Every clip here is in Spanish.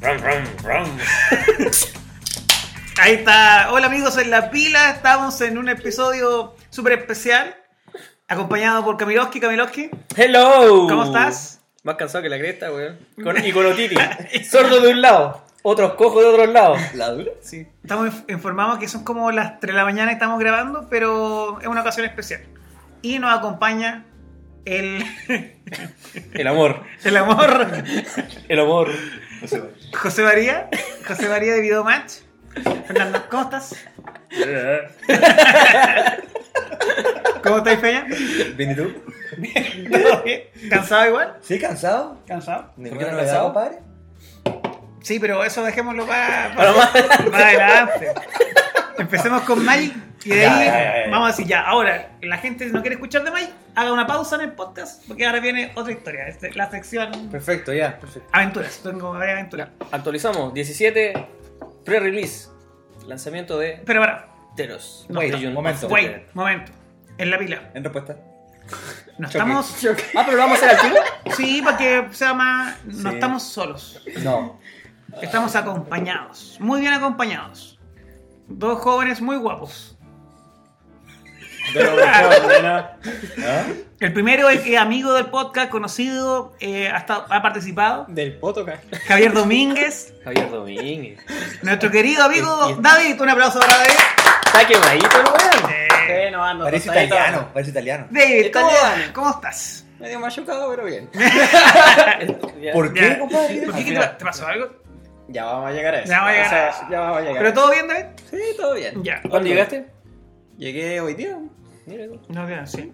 rum, rum. Ahí está. Hola amigos en la pila. Estamos en un episodio súper especial. Acompañado por Kamilovsky. Kamilovsky. Hello. ¿Cómo estás? Más cansado que la cresta, weón. Con, y con otitis. Sordo de un lado, otros cojos de otro lado. ¿La dura? Sí. Estamos inf- informados que son como las 3 de la mañana que estamos grabando, pero es una ocasión especial. Y nos acompaña el, El amor. el amor El amor. José María. José María de Videomatch. Fernando Costas. ¿Cómo estáis, Feña? ¿Bien y tú? ¿Todo bien? ¿Cansado igual? ¿Sí, cansado? ¿Cansado? ¿Por no cansado? padre? Sí, pero eso dejémoslo para, para, más adelante. Empecemos con Magic y de Ya, ahí ya, ya, ya. vamos a decir ya. Ahora, la gente no quiere escuchar de Magic, haga una pausa en el podcast porque ahora viene otra historia. Este, la sección Perfecto, ya. Perfecto. aventuras. Tengo varias aventuras. Actualizamos. 17. Pre-release. Lanzamiento de Pero para, Teros. No, Wait, no, momento. wait, momento. En la pila. En respuesta. No estamos. Ah, pero lo vamos a hacer al tiro. Sí, para que sea más. No Sí. estamos solos. No. Estamos acompañados. Muy bien acompañados. Dos jóvenes muy guapos. Pero ¿Ah? El primero es que es amigo del podcast, conocido, eh, ha, estado- ha participado. Del Potoca. Javier Domínguez, Javier Domínguez. nuestro querido amigo Y- y- David. Un aplauso para David. Está quemadito el weón. Eh, Sí, no ando Parece tostadito. italiano, parece italiano. David, ¿cómo, Italiano. va? ¿Cómo estás? Medio machucado, pero bien. ¿Por qué, Ya. compadre? ¿Por qué? ¿Qué te, mira. te pasó algo? Ya vamos a llegar a eso. Ya vamos a llegar a O sea, eso. ya vamos a ¿Pero todo bien, David? Sí, todo bien. Ya. ¿Cuándo llegaste? Llegué hoy día. Mira tú. No, bien, sí.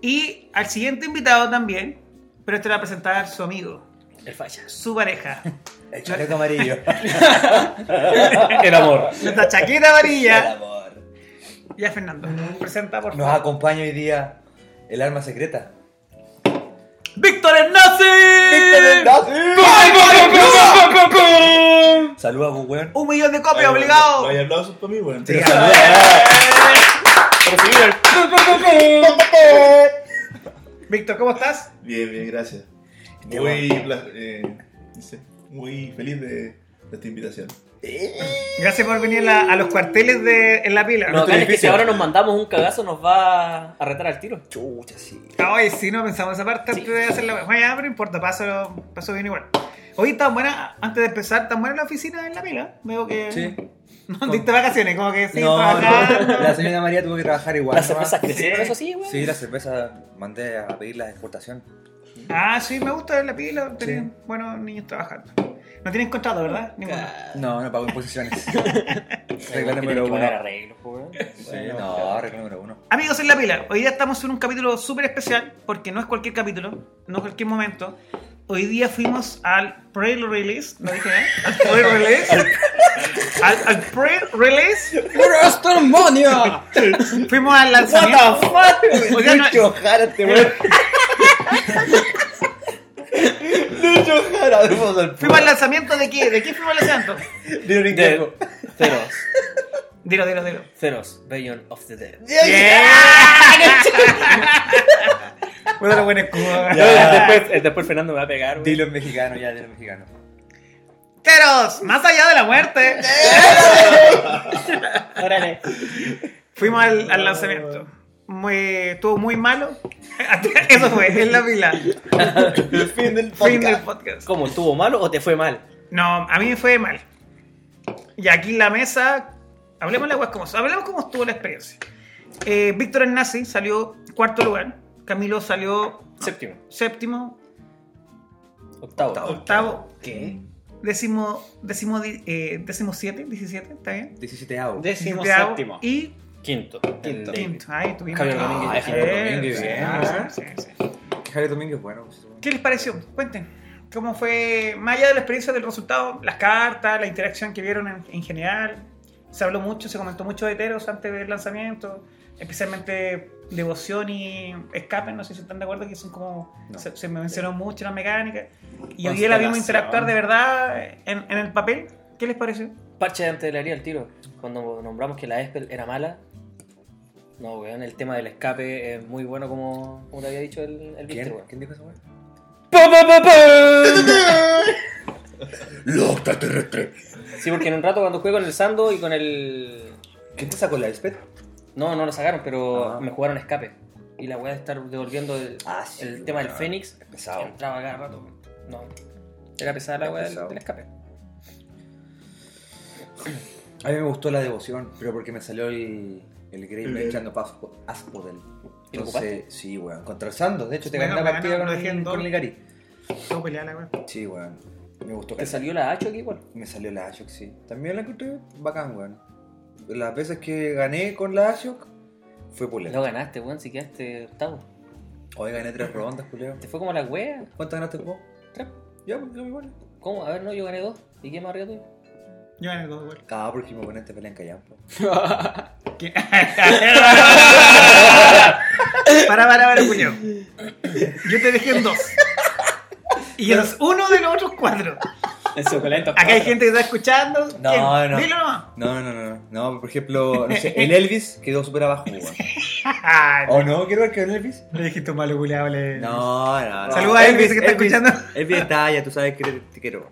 Y al siguiente invitado también, pero este lo va a presentar su amigo, El falla. su pareja. El chaleco amarillo. El amor. Nuestra chaqueta El amarilla. amor. Ya, Fernando. Presenta, por Nos favor. acompaña hoy día el arma secreta. ¡Víctor Hernández! Ah, Saluda, pues, weón. Un millón de copias, obligado. Hay aplausos para mí, weón. Pero ya. saluda. Víctor, ¿cómo estás? Bien, bien, gracias. Qué Muy, pla- eh, no sé, muy feliz de, de esta invitación. Gracias por venir la- a los cuarteles de en la pila. Lo bacán es que si edificio. ahora nos mandamos un cagazo nos va a retar al tiro. Chucha, sí. Ay, Ah, sí, no pensamos esa parte antes de hacer la Bueno, ya, pero no importa, paso, paso bien igual. Hoy tan buena, antes de empezar, tan buena la oficina en la pila. Veo que. Sí. No diste vacaciones, como que sí, No, no, trabajando. la señora María tuvo que trabajar igual. Las ¿no? cervezas crecieron, Sí. eso sí, güey. Sí, la cerveza mandé a pedir la exportación. Ah, sí, me gusta la pila. Tenés buenos niños trabajando. No tienen contrato, ¿verdad? Ninguno. Ah, No, no pago imposiciones. Tengo Regla que número uno. pagar arreglos, güey. Sí, no, regla número uno. Amigos en la pila, hoy día estamos en un capítulo súper especial porque no es cualquier capítulo, no es cualquier momento. Hoy día fuimos al pre-release, no dije nada, al pre-release, al, al pre-release, ¡Rastromonio! fuimos al lanzamiento. Eh, Oiga, no- Lucho Jara, este weón. Lucho Jara, vamos al ¿Fuimos al lanzamiento de qué? ¿De qué fuimos al lanzamiento? Dile un De- intento. Ceros. Dilo, dilo, dilo. Ceros. Beyond of the Dead. Bueno, lo bueno es como- Ya. Después, eh, después Fernando me va a pegar, güey. Dilo en mexicano, ya, dilo en mexicano. Teros, más allá de la muerte. Órale. Fuimos al, al lanzamiento. Muy, estuvo muy malo. Eso fue, en la pila. El fin del Fin del podcast. ¿Cómo? ¿Estuvo malo o te fue mal? No, a mí me fue mal. Y aquí en la mesa, hablemos la como hablemos cómo estuvo la experiencia. Eh, Víctor Ennazi salió cuarto lugar, Camilo salió Séptimo. séptimo, Octavo. octavo, ¿Qué? décimo, décimo, di- eh, décimo siete, diecisiete, ¿está bien? 17 avo. Décimo Dieciseteavo séptimo. Y Quinto. El Quinto. quinto. Ahí tuvimos. Javier Ah, Domínguez. sí, Javier Domínguez, sí, bien. sí, sí, sí. Javier Domínguez, bueno. pues, ¿Qué les pareció? Cuenten. ¿Cómo fue, más allá de la experiencia del resultado, las cartas, la interacción que vieron en, en general? Se habló mucho, se comentó mucho de Eteros antes del lanzamiento, especialmente Devoción y Escape, no sé si están de acuerdo, que son como. No. Se, se me mencionó mucho la mecánica. Y hoy día la vimos interactuar Constelación. de verdad en, en el papel. ¿Qué les pareció? Parche de antelaría al tiro. Cuando nombramos que la Espel era mala. No, weón, el tema del escape es muy bueno como, como te había dicho el, el Víctor, ¿Quién? weón. ¿Quién dijo eso, weón? ¡Pa, pa, pa, pa! los extraterrestres. Sí, porque en un rato cuando jugué con el Sando y con el. ¿Quién te sacó la Elspeth? No, no lo sacaron, pero Ah. me jugaron escape. Y la voy a estar devolviendo el, Ah, sí, el tema del weón. Fénix. Pesado. Entraba cada rato. No. Era pesada la Era weá del, pesado. del escape. A mí me gustó la devoción, pero porque me salió el, el Grey El- Mage echando Aspo, Aspodel. ¿Y lo Entonces, sí, weón. Contra el Sando. De hecho, te Bueno, gané la bueno, partida lo con, dejé en el- con dos. el Gary. Todo pelear la weá. Sí, weón. Me gustó. Te caleta. salió la Hacho aquí igual. Me salió la Ashok, sí. También la encontré bacán, weón. Las veces que gané con la Ashok fue No pulero. ganaste, weón, si quedaste octavo. Hoy gané tres rondas, culero. Te fue como la wea. ¿Cuántas ganaste vos? Tres. Ya, pues, ya me igual. ¿Cómo? A ver, no, yo gané dos. ¿Y quién más arriba tuyo? Yo gané dos igual. Ah, porque mi oponente pelea en Callampo. ¿Qué? para, para, para, Julio. Yo te dejé en dos. Y eres uno de los otros cuatro. En suculento. Acá Ah, hay gente que está escuchando. No, ¿Quién? no. Dilo nomás. No, no, no, no. No, por ejemplo, no sé, el Elvis quedó súper abajo, weón. Ah, ¿O no? ¿Quiero ver que el Elvis? Le dijiste un malo culeable. Oh. No, no. no. Saluda a Elvis, que está Elvis, escuchando. Elvis está, ya tú sabes que te quiero.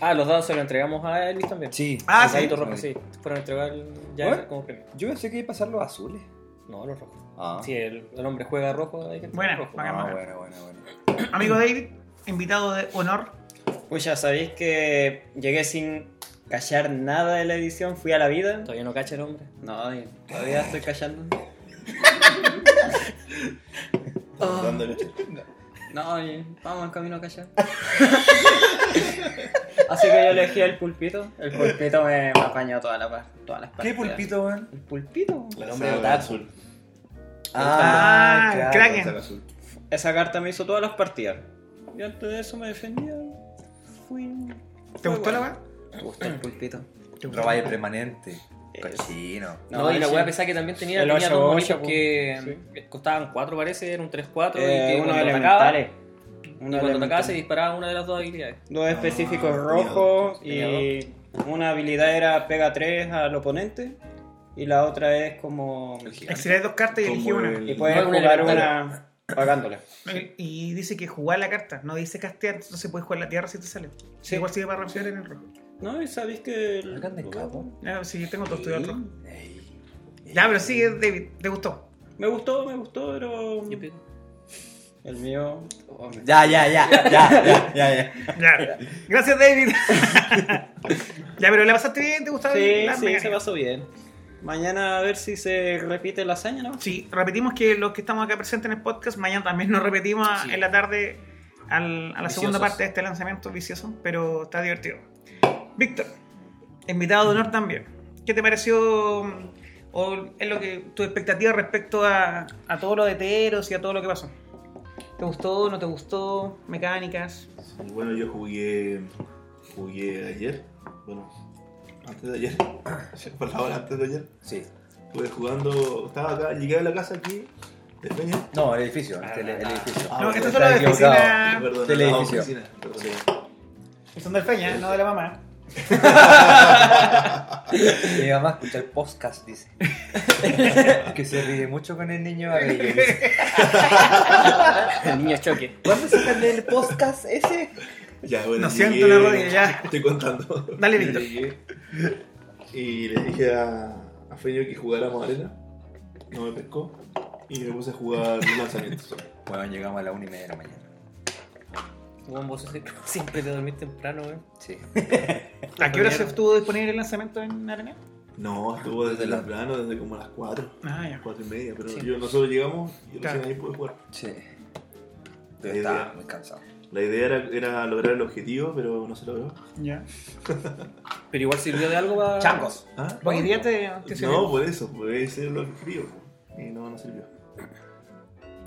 Ah, los dados se los entregamos a Elvis también. Sí. Ah, Los sí. daditos rojos, sí. Fueron a entregar ya Bueno. como premio. Yo pensé que iba a pasar los azules. No, los rojos. Ah. Si el, el hombre juega rojo, hay que Buena, entregar rojo. bacán. Ah, bueno, bueno, bueno. Amigo David, invitado de honor. Pues ya sabéis que llegué sin callar nada de la edición, fui a la vida. Todavía no cacha el hombre. No, y todavía estoy callando. Dándole. No, y vamos al camino a callar. Así que yo elegí el pulpito. El pulpito me, me apañó toda la, par- todas las ¿Qué partidas. pulpito, weón? El pulpito. La El hombre saga otaku. azul. Ah, el claro. La Bien. saga azul. Esa carta me hizo todas las partidas. Y antes de eso me defendía. Fui. ¿Te gustó la weá? Me gustó el pulpito. Robaje permanente. Eh, Cochino. No, No, y la sí. weá pesada que también tenía, El tenía ocho, dos ocho, monitos que po. costaban 4 parece, era un 3-4 Eh, y que uno cuando atacaba, elementales. Uno y cuando atacaba se elemental. disparaba una de las dos habilidades. Dos específicos Ah, rojos tenía dos. y una habilidad era pega 3 al oponente y la otra es como... Excelé dos cartas y elegí Como una. el- Y pues, puedes No, una jugar elemental. una pagándole. Y dice que jugar la carta, no dice castear, entonces puedes jugar la tierra si te sale. Sí. Igual sigue para reaccionar en el rojo. No, y sabéis que... el- Acá anda el capo. Ah, sí, yo tengo todo estudiado el rojo. Ey. Ya, pero sí, David, ¿te gustó? Me gustó, me gustó, pero... Yo pico. El mío... oh, me- Ya, ya, ya, ya, ya, ya, ya. Ya. Gracias, David. ya, pero ¿la pasaste bien? ¿Te gustó? Sí, la sí, mecánica? se pasó bien. Mañana a ver si se repite la hazaña, ¿no? Sí, repetimos que los que estamos acá presentes en el podcast, mañana también nos repetimos a- Sí. en la tarde al- a la segunda Viciosos. parte de este lanzamiento vicioso, pero está divertido. Víctor, invitado de honor también. ¿Qué te pareció mm, o es lo que tu expectativa respecto a, a todo lo de Teros y a todo lo que pasó? ¿Te gustó? ¿No te gustó? ¿Mecánicas? Y Bueno, yo jugué. Jugué ayer. Bueno, antes de ayer. Por favor, antes de ayer. Sí. Estuve jugando. Estaba acá, llegué a la casa aquí. De Peña. No, el edificio, este, el, el edificio. Ah, no, bueno, estas son las está de equivocado. oficina. Perdón, del no, edificio. oficina, perdón. Son del Feña, no de la mamá. Mi mamá escucha el podcast, dice. que se ríe mucho con el niño aquello, dice. El niño choque. ¿Cuándo sacan el podcast ese? Ya, bueno, Lo siento, la rodilla, ya. Estoy contando. Dale, Y Víctor. llegué Y le dije a, a Feño que jugáramos arena. No me pescó. Y me puse a jugar lanzamientos. Bueno, llegamos a la una y media de la mañana. Weón, vos sos- siempre te dormís temprano, weón. Sí. ¿A qué hora se estuvo disponible el lanzamiento en Arena? No, estuvo desde Desde la- las planas, desde como a las 4, Ah, ya. 4 y media. Pero Sí. yo, nosotros llegamos y Claro. recién ahí pude jugar. Sí. Yo La idea. estaba muy cansado. La idea era, era lograr el objetivo, pero no se logró. ya. Pero igual sirvió de algo para. Changos. ¿Ah? Hoy día te, te No, sirvió. por eso, por ese era el objetivo. Y no, no sirvió.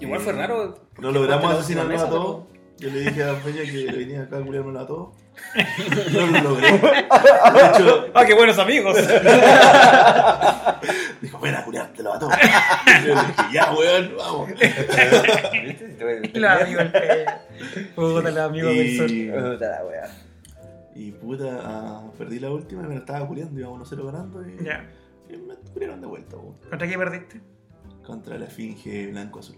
Igual fue Eh, raro. No logramos Ponte la asesinarnos mesa, a todos. Yo le dije a Feña que venía acá a culiárnosla a todos. No lo logré. De hecho, ¡Ah, qué buenos amigos! dijo, ven a culiártelo a todos. Y yo le dije, ya, weón, vamos. ¿Viste? Te- te- Los amigos del Feña. Puta, los amigos del sur. Y, Puta la wea. y puta, ah, perdí la última y me la estaba culiando. Íbamos 1-0 ganando y, Ya. y me culiaron de vuelta, weón. ¿Contra qué perdiste? Contra la esfinge blanco-azul.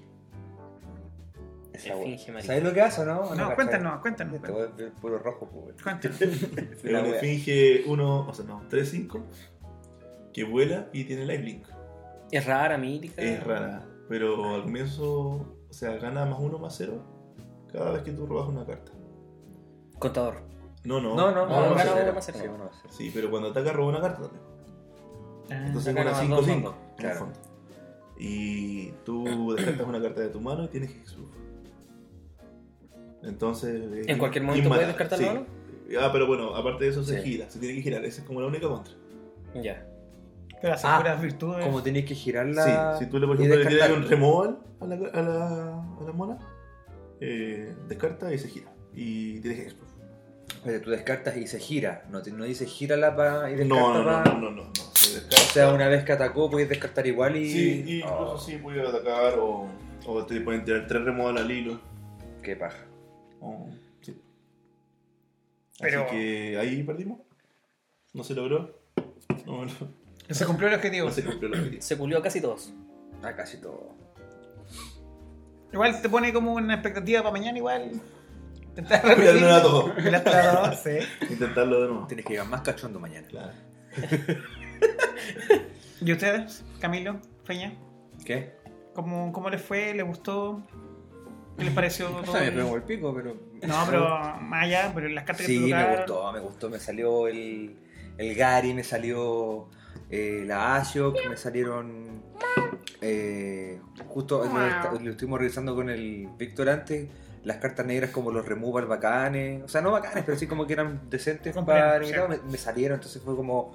esa weá. Esfinge marica. ¿Sabes lo que hace o no? ¿O No, cachai? cuéntanos, cuéntanos. Esta weá es puro rojo, pues. cuéntanos. Es una esfinge 1, o sea, no, 3-5, que vuela y tiene live link. Es rara, mítica. Es rara, pero al comienzo, o sea, gana más 1, más 0 cada vez que tú robas una carta. Contador. No, no. No, no, más no, cero. gana uno más más cero. Sí, uno más cero. Sí, pero cuando ataca roba una carta también. Entonces Acá gana nomás dos, 5-5. son en el claro. fondo. Y tú descartas una carta de tu mano y tienes Hexproof. Entonces. es ¿En cualquier momento puedes inmatable, descartar la sí. Ah, pero bueno, aparte de eso se Sí. gira, se tiene que girar. Esa es como la única contra. Ya. Pero Ah, aseguras virtudes. Como tenéis que girarla. Sí, si tú le, por y ejemplo, le tiras un descartar. removal a la, a la, a la mona, eh, descarta y se gira. Y tienes Hexproof. Pero tú descartas y se gira. No, te- no dice gírala para. y No, descarta no, no, pa- no, no, no, no. Se descarta. O sea, una vez que atacó, puedes descartar igual y. Sí, y incluso Oh, sí puede atacar o, o te pueden tirar tres removal al hilo. Qué paja. o- sí. Pero- Así que ahí perdimos. No se logró. No, no, Se cumplió el objetivo. no se cumplió lo que quería. Se culió a casi todos. Ah, casi todo. Igual te pone como una expectativa para mañana, igual. Intentar Pero no la tocó. La trató, sí. Intentarlo de nuevo. Tienes que llegar más cachondo mañana. Claro. ¿Y ustedes, Camilo, Feña? ¿Qué? ¿Cómo, cómo les fue? ¿Les gustó? ¿Qué les pareció? O todo sea, me bien? pegó el pico, pero. No, pero más allá, pero las cartas que te Sí, me tocaron, gustó, me gustó. Me salió el, el Gary, me salió eh, la Ashok, me salieron. eh, justo lo, esta- lo estuvimos revisando con el Víctor antes. Las cartas negras como los removal bacanes, o sea, no bacanes, pero sí como que eran decentes Comprendo, para sí. imitar, me, me salieron. Entonces fue como.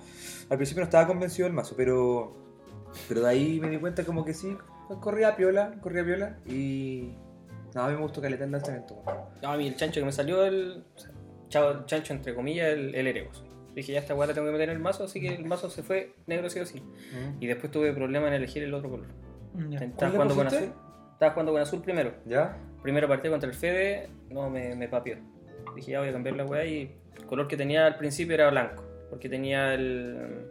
Al principio no estaba convencido del mazo, pero. Pero de ahí me di cuenta como que sí, corría piola, corría piola. Y. No, a mí me gustó caleta el lanzamiento. No, a mí el chancho que me salió, el o sea, chavo- chancho entre comillas, el, el Erebos. Dije, ya esta weá la tengo que meter en el mazo, así que el mazo se fue negro sí o sí. Y después tuve problema en elegir el otro color. Ya. Estaba le jugando con pusiste? azul. Estaba jugando con azul primero. ¿Ya? Primero partida contra el Fede, no me, me papió. Dije, ya voy a cambiar la weá y el color que tenía al principio era blanco. Porque tenía el.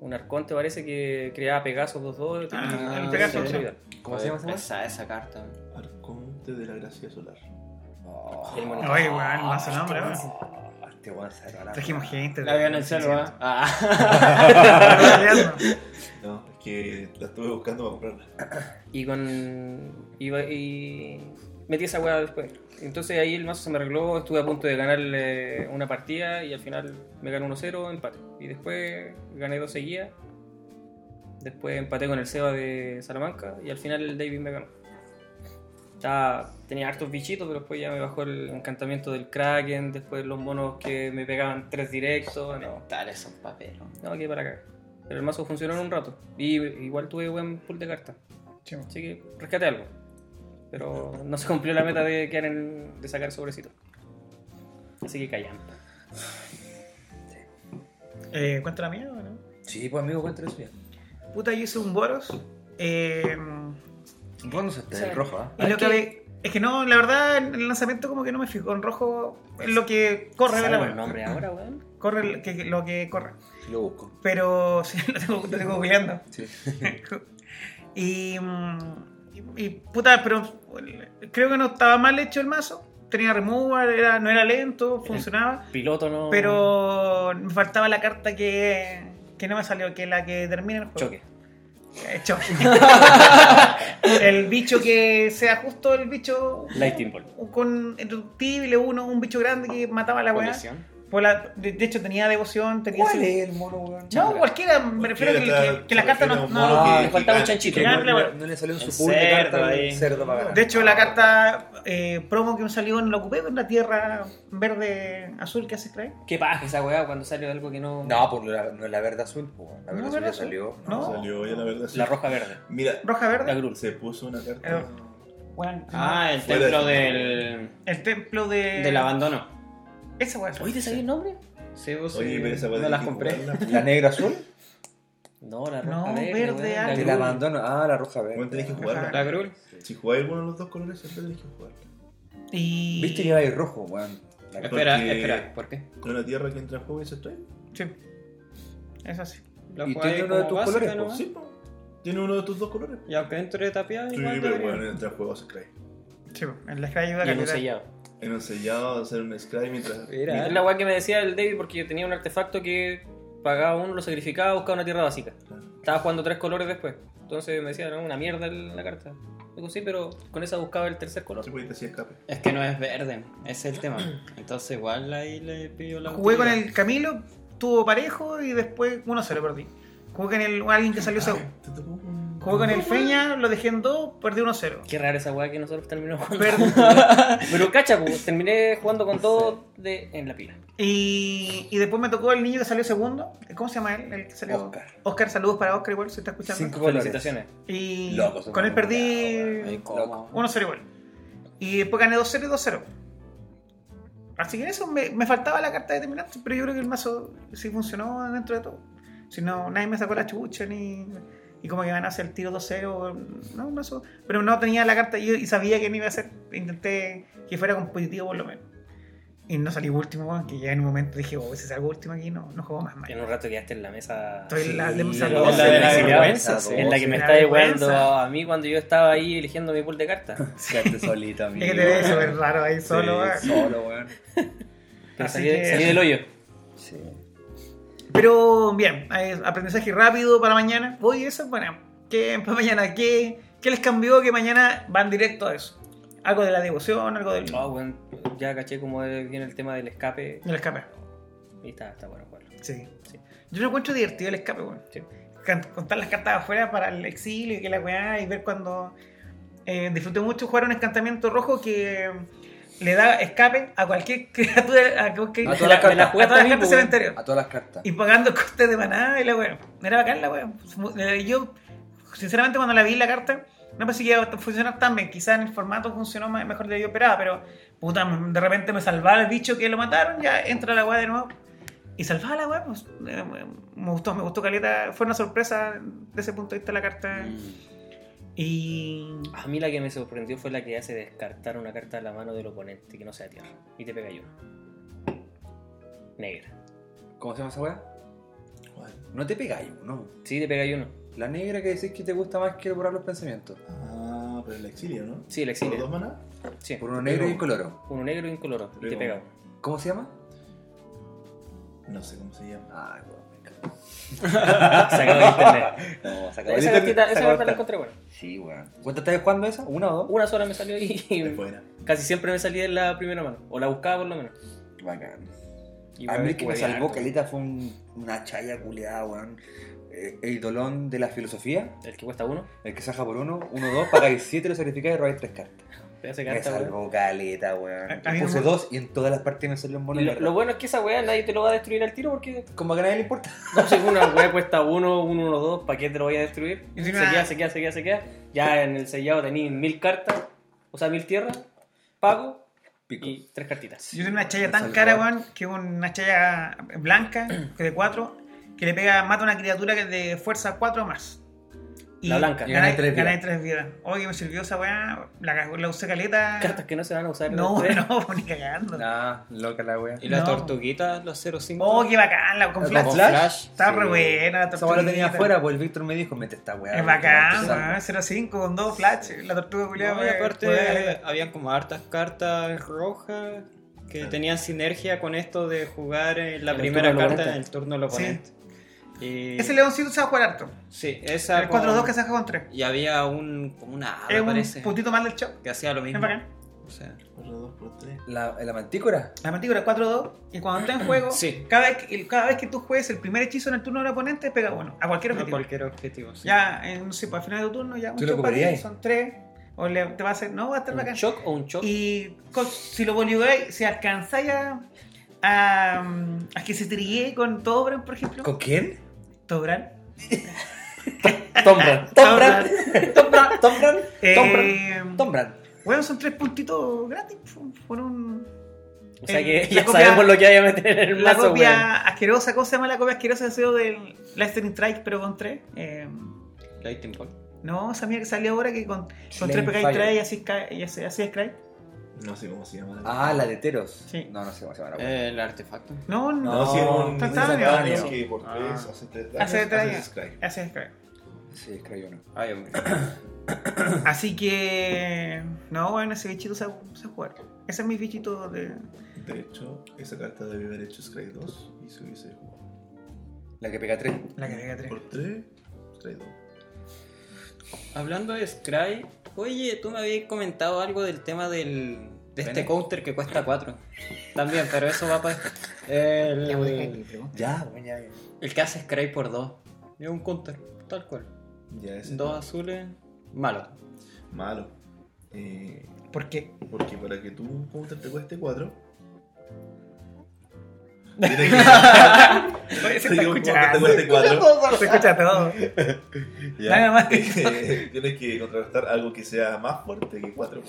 Un arconte parece que creaba Pegaso 2-2. Ah, el y- Pegaso, y- sí. ¿Cómo se llama ese mazo? Esa, esa carta. Arconte de la gracia solar. El monito. Oye, weón, no hace nombre, weón. Este weón se agarra la- Trajimos gente. La veo en el celu, ¿eh? Ah. No, es que la estuve buscando para comprarla. Y con. Iba, y metí esa weá después. Entonces ahí el mazo se me arregló, estuve a punto de ganar eh, una partida y al final me ganó 1-0, empate. Y después gané dos seguidas. Después empaté con el Seba de Salamanca y al final el David me ganó. Estaba- tenía hartos bichitos, pero después ya me bajó el encantamiento del Kraken, después los monos que me pegaban tres directos. No, Dale esos papeles. no, que para acá. Pero el mazo funcionó en un rato. Y igual tuve buen pool de cartas. Así que rescate algo. Pero no se cumplió la meta de quedar en- de sacar sobrecito. Así que callan. Eh, ¿Cuánto la mía o no? Sí, pues amigo, cuéntale eso ya. Puta, yo hice un Boros. Eh, Vos no saltaste Sí. el rojo, ¿ah? y lo que había- Es que no, la verdad, en el lanzamiento como que no me fijo. En rojo es lo que corre de la ¿Sabes el mano. nombre ahora, weón? Corre el- que, que- lo que corre. Lo busco. Pero sí, lo tengo, lo tengo googleando. Sí. y, mm, y- y, puta, pero el- creo que no estaba mal hecho el mazo. Tenía removal, era, no era lento, funcionaba. Piloto no. Pero me faltaba la carta que, que no me salió, que es la que termina el juego. Choque. Eh, choque. el bicho que sea justo el bicho Lightning Bolt. con irreductible uno, un bicho grande que mataba a la weá. Condición. Por la- de, de hecho tenía devoción, tenía ¿Cuál ese- es el mono, weón? No, cualquiera, me refiero que, que, que las cartas no, no- mono le le faltaba un chanchito. que no, gane la no- weá. no le salió en El su pool de cerdo carta ahí. el cerdo para ganar. De hecho, la carta eh, promo que me salió en la ocupé con la tierra verde azul que hace Craig. Qué paja esa weá cuando sale algo que no. No, pues la, no es la verde azul, pues, weón. La verde No, azul verde ya azul. salió. No. Salió ya la verdad. sí. La roja verde. Mira, Roja La verde. grul. se puso una carta. Pero- Bueno, Ah, el Fuera templo de- del, el templo de. del abandono. Esa weá. ¿Oye, te sabía el nombre? Sí, vos Oye, sí, pero esa no las compré. ¿La negra azul? No, la roja No, verde. verde, weón, ah, la Te grul. la abandono. Ah, la roja Bueno, tenés que verde. jugarla. La grul. Si jugáis alguno de los dos colores, siempre tenés que jugarla. Y... Viste, lleva ahí rojo, weón. La Porque- Espera, espera, ¿por qué? ¿No la tierra que entra en juego y se extrae? Sí. Es así. ¿La ¿Y jugáis tiene uno de como tus básica colores, nomás? Sí, po. Tiene uno de tus dos colores. Y aunque entre tapiado Sí, igual pero debería. bueno, entra en juego se extrae. Sí, pues, el Scry ayuda a Y en un calidad. sellado. En un sellado, hacer un scry mientras. Es la weá que me decía el David porque yo tenía un artefacto que pagaba uno, lo sacrificaba, buscaba una tierra básica. Estaba jugando tres colores después. Entonces me decía, no, una mierda el- la carta. Digo, sí, pero con esa buscaba el tercer color. Se puede decir escape. Es que no es verde, ese es el tema. Entonces igual ahí le pido la Jugué con utilidad. el Camilo, tuvo parejo y después uno se lo perdí. Jugué con el, alguien que salió segundo. Jugué con el Feña, lo dejé en dos, perdí 1-0. Qué rara esa weá que nosotros terminamos jugando. Perdí. pero cacha, pues, terminé jugando con todo de, en la pila. Y, y después me tocó el niño que salió segundo. ¿Cómo se llama él? El que salió. Oscar. Oscar, saludos para Oscar igual, se está escuchando. Cinco colores. Felicitaciones. Y Loco, son con él muy perdí Ahí como- 1-0 igual. Y después gané 2-0 y 2-0. Así que en eso me, me faltaba la carta determinante, pero yo creo que el mazo sí funcionó dentro de todo. Si no, nadie me sacó la chucha ni. Y como que van a hacer el tiro 2-0, no, un mazo. Pero no tenía la carta y, y sabía que no iba a hacer. Intenté que fuera competitivo por lo menos. Y no salí último, weón, que ya en un momento dije, oh, si salgo último aquí no, no juego más mal. En un rato quedaste en la mesa. Estoy en la de Sí, la- no, la de la sí, vergüenza, sí. sí. En la que me Una está vergüenza. devuelto a mí cuando yo estaba ahí eligiendo mi pool de cartas. Quedaste solito, Es amigo. que te ves súper raro ahí Sí, solo. weón. solo, weón. Pero Así salí, que- salí del hoyo. Sí. Pero bien, eh, aprendizaje rápido para mañana. Voy eso es bueno. ¿Qué para mañana? ¿Qué, ¿Qué les cambió que mañana van directo a eso? Algo de la devoción, algo del, Ah, weón, ya caché cómo viene el tema del escape. del escape. Y está, está bueno jugarlo. Sí. Sí. Yo lo encuentro divertido el escape, weón. Sí. Can- Contar las cartas afuera para el exilio y que la weá y ver cuando. eh, disfruté mucho jugar un encantamiento rojo que le da escape a cualquier criatura. A, cualquier, A todas las Me la cartas. jugué a todas las cartas también, pues, del weón. cementerio. A todas las cartas. Y pagando el coste de manada y la weá. Era bacán la weá. Eh, Yo, sinceramente, cuando la vi la carta, no pensé que iba a funcionar tan bien. Quizás en el formato funcionó me- mejor de lo que yo esperaba, pero puta, de repente me salvaba el bicho que lo mataron, ya entra la weá de nuevo. Y salvaba la weá, pues, eh, me gustó, me gustó Caleta. Fue una sorpresa desde ese punto de vista la carta. Mm. Y. A mí la que me sorprendió fue la que hace descartar una carta a la mano del oponente que no sea tierra. Y te pega yo. Negra. ¿Cómo se llama esa weá? No te pegáis, no. Sí, te pega yo uno. La negra que decís que te gusta más que borrar los pensamientos. Ah, pero el exilio, ¿no? Sí, el ¿Por dos exilio. manas? Sí. Por uno negro y un coloro. Uno negro y un color. Y te Pero- pega uno. ¿Cómo se llama? No sé cómo se llama. Ay, weón, me encanta. Sacado de internet. No, Esa se acabó el internet, cartita, se esa carta la acabó el internet. encontré buena. Sí, weón. ¿Cuántas estás jugando esa? ¿Una o dos? Una sola me salió y, y Es buena. casi siempre me salía en la primera mano. O la buscaba por lo menos. Bacán. Y A una mí vez el que me jugué salvó harto. Caleta fue un- una chaya culeada, weón. Eh, El dolón de la filosofía, El que cuesta uno. el que saca por uno, uno, dos, pagáis siete, lo sacrificáis y robáis tres cartas. Te hace Me carta, weón. salvó Caleta, weón. A- a mí Puse no- dos y en todas las partes me salió un mono. Y Lo, verde. lo bueno es que esa weá nadie te lo va a destruir al tiro porque Como que a nadie le importa. no sé, una weá cuesta uno, uno, uno, dos, ¿para qué te lo voy a destruir? Y si se no- queda, se queda, se queda, se queda. Ya en el sellado tenéis mil cartas, o sea, mil tierras, pago Pico. y tres cartitas. Yo tengo una chaya Me tan salvó. cara, weón, que una chaya blanca, que de 4, que le pega, mata a una criatura que es de fuerza 4 o más. La blanca. Y Ganáis ganáis tres tres, vidas. vidas. Oye, me sirvió esa weá, la, la usé caleta. Cartas que no se van a usar. en No, los tres. no, pues, ni cagando. Nah, loca la weá. ¿Y las No. tortuguitas, los 05? Oh, qué bacán, la, con ¿Con flash. flash? Está Sí. re buena la Esa weá la tortuga. tenía afuera, pues el Víctor me dijo, mete esta weá. Es weón, que la bacán, te salva. weón, 0-5 con 2 flash. La tortuga culiada, No, y weón, aparte weón. habían como hartas cartas rojas que Claro. tenían sinergia con esto de jugar en la En el primera turno del carta en oponente. el turno del Sí. oponente. Y- Ese leoncito se va a jugar harto. Sí, esa. El 4-2 que con- se juega con 3. Y había un, como una Ah, Es hada, un parece, puntito más del show. que hacía lo Es mismo. bacán. O sea, Otro dos por tres. La, la mantícora. La mantícora 4-2 y cuando está en juego, Sí. cada, vez, que- cada vez que tú juegues el primer hechizo en el turno del oponente, pega uno, a cualquier no objetivo. cualquier objetivo. sí. Ya, en, no sé, pues, al final de tu turno ya ¿Tú lo muchos ocuparías? partidos son tres, o le- te va a hacer, no, va a estar ¿Un bacán. shock o un shock? Y con- si lo volviáis, si alcanzáis a, a, a que se trille con Tobran, por ejemplo. ¿Con quién? Tobran. Tombran. Tombran. Tombran. Tombran. Eh, Tombran. bueno, son tres puntitos gratis por- por un... o sea el- que la ya copia- sabemos lo que hay a meter en el la mazo, copia weón. asquerosa, ¿cómo se llama la copia asquerosa de SEO del Lightning Strike, pero con eh, 3? Lightning Bolt. Ah, no, esa mía que salió ahora que con, con 3 Flame pegáis Fire. 3 y así, ca- y así, así es Cry. No sé cómo se llama. Ah, la de Teros. Sí. No, no sé cómo se llama la weá. Eh, El artefacto. No, no. No, sí, es un Instantáneo. instantáneo que por Ah. tres hace tres daños. Hace tres scry. Así es Cry. Sí, es crayona. Ay, hombre. Así que. No, bueno, ese bichito se se jugar. Ese es mi bichito de. De hecho, esa carta debe haber hecho Scry 2 y se hubiese jugado. La que pega 3. La que pega 3. Por 3, Scry 2. Hablando de Scry, oye, tú me habías comentado algo del tema del, de este Vene. counter que cuesta 4. También, pero eso va para. El, Ya voy a dejar mi pregunta. Ya, bueno, ya. el que hace Scry por 2. Es un counter, tal cual. Ya ese Dos azules, malo. es malo. Eh, ¿Por qué? porque para que tú un counter te este cueste 4. Tiene que Se está que un counter te este escuchando. cueste 4. Se escucha todo. Nada más. Eh, Tienes que contrarrestar algo que sea más fuerte que 4,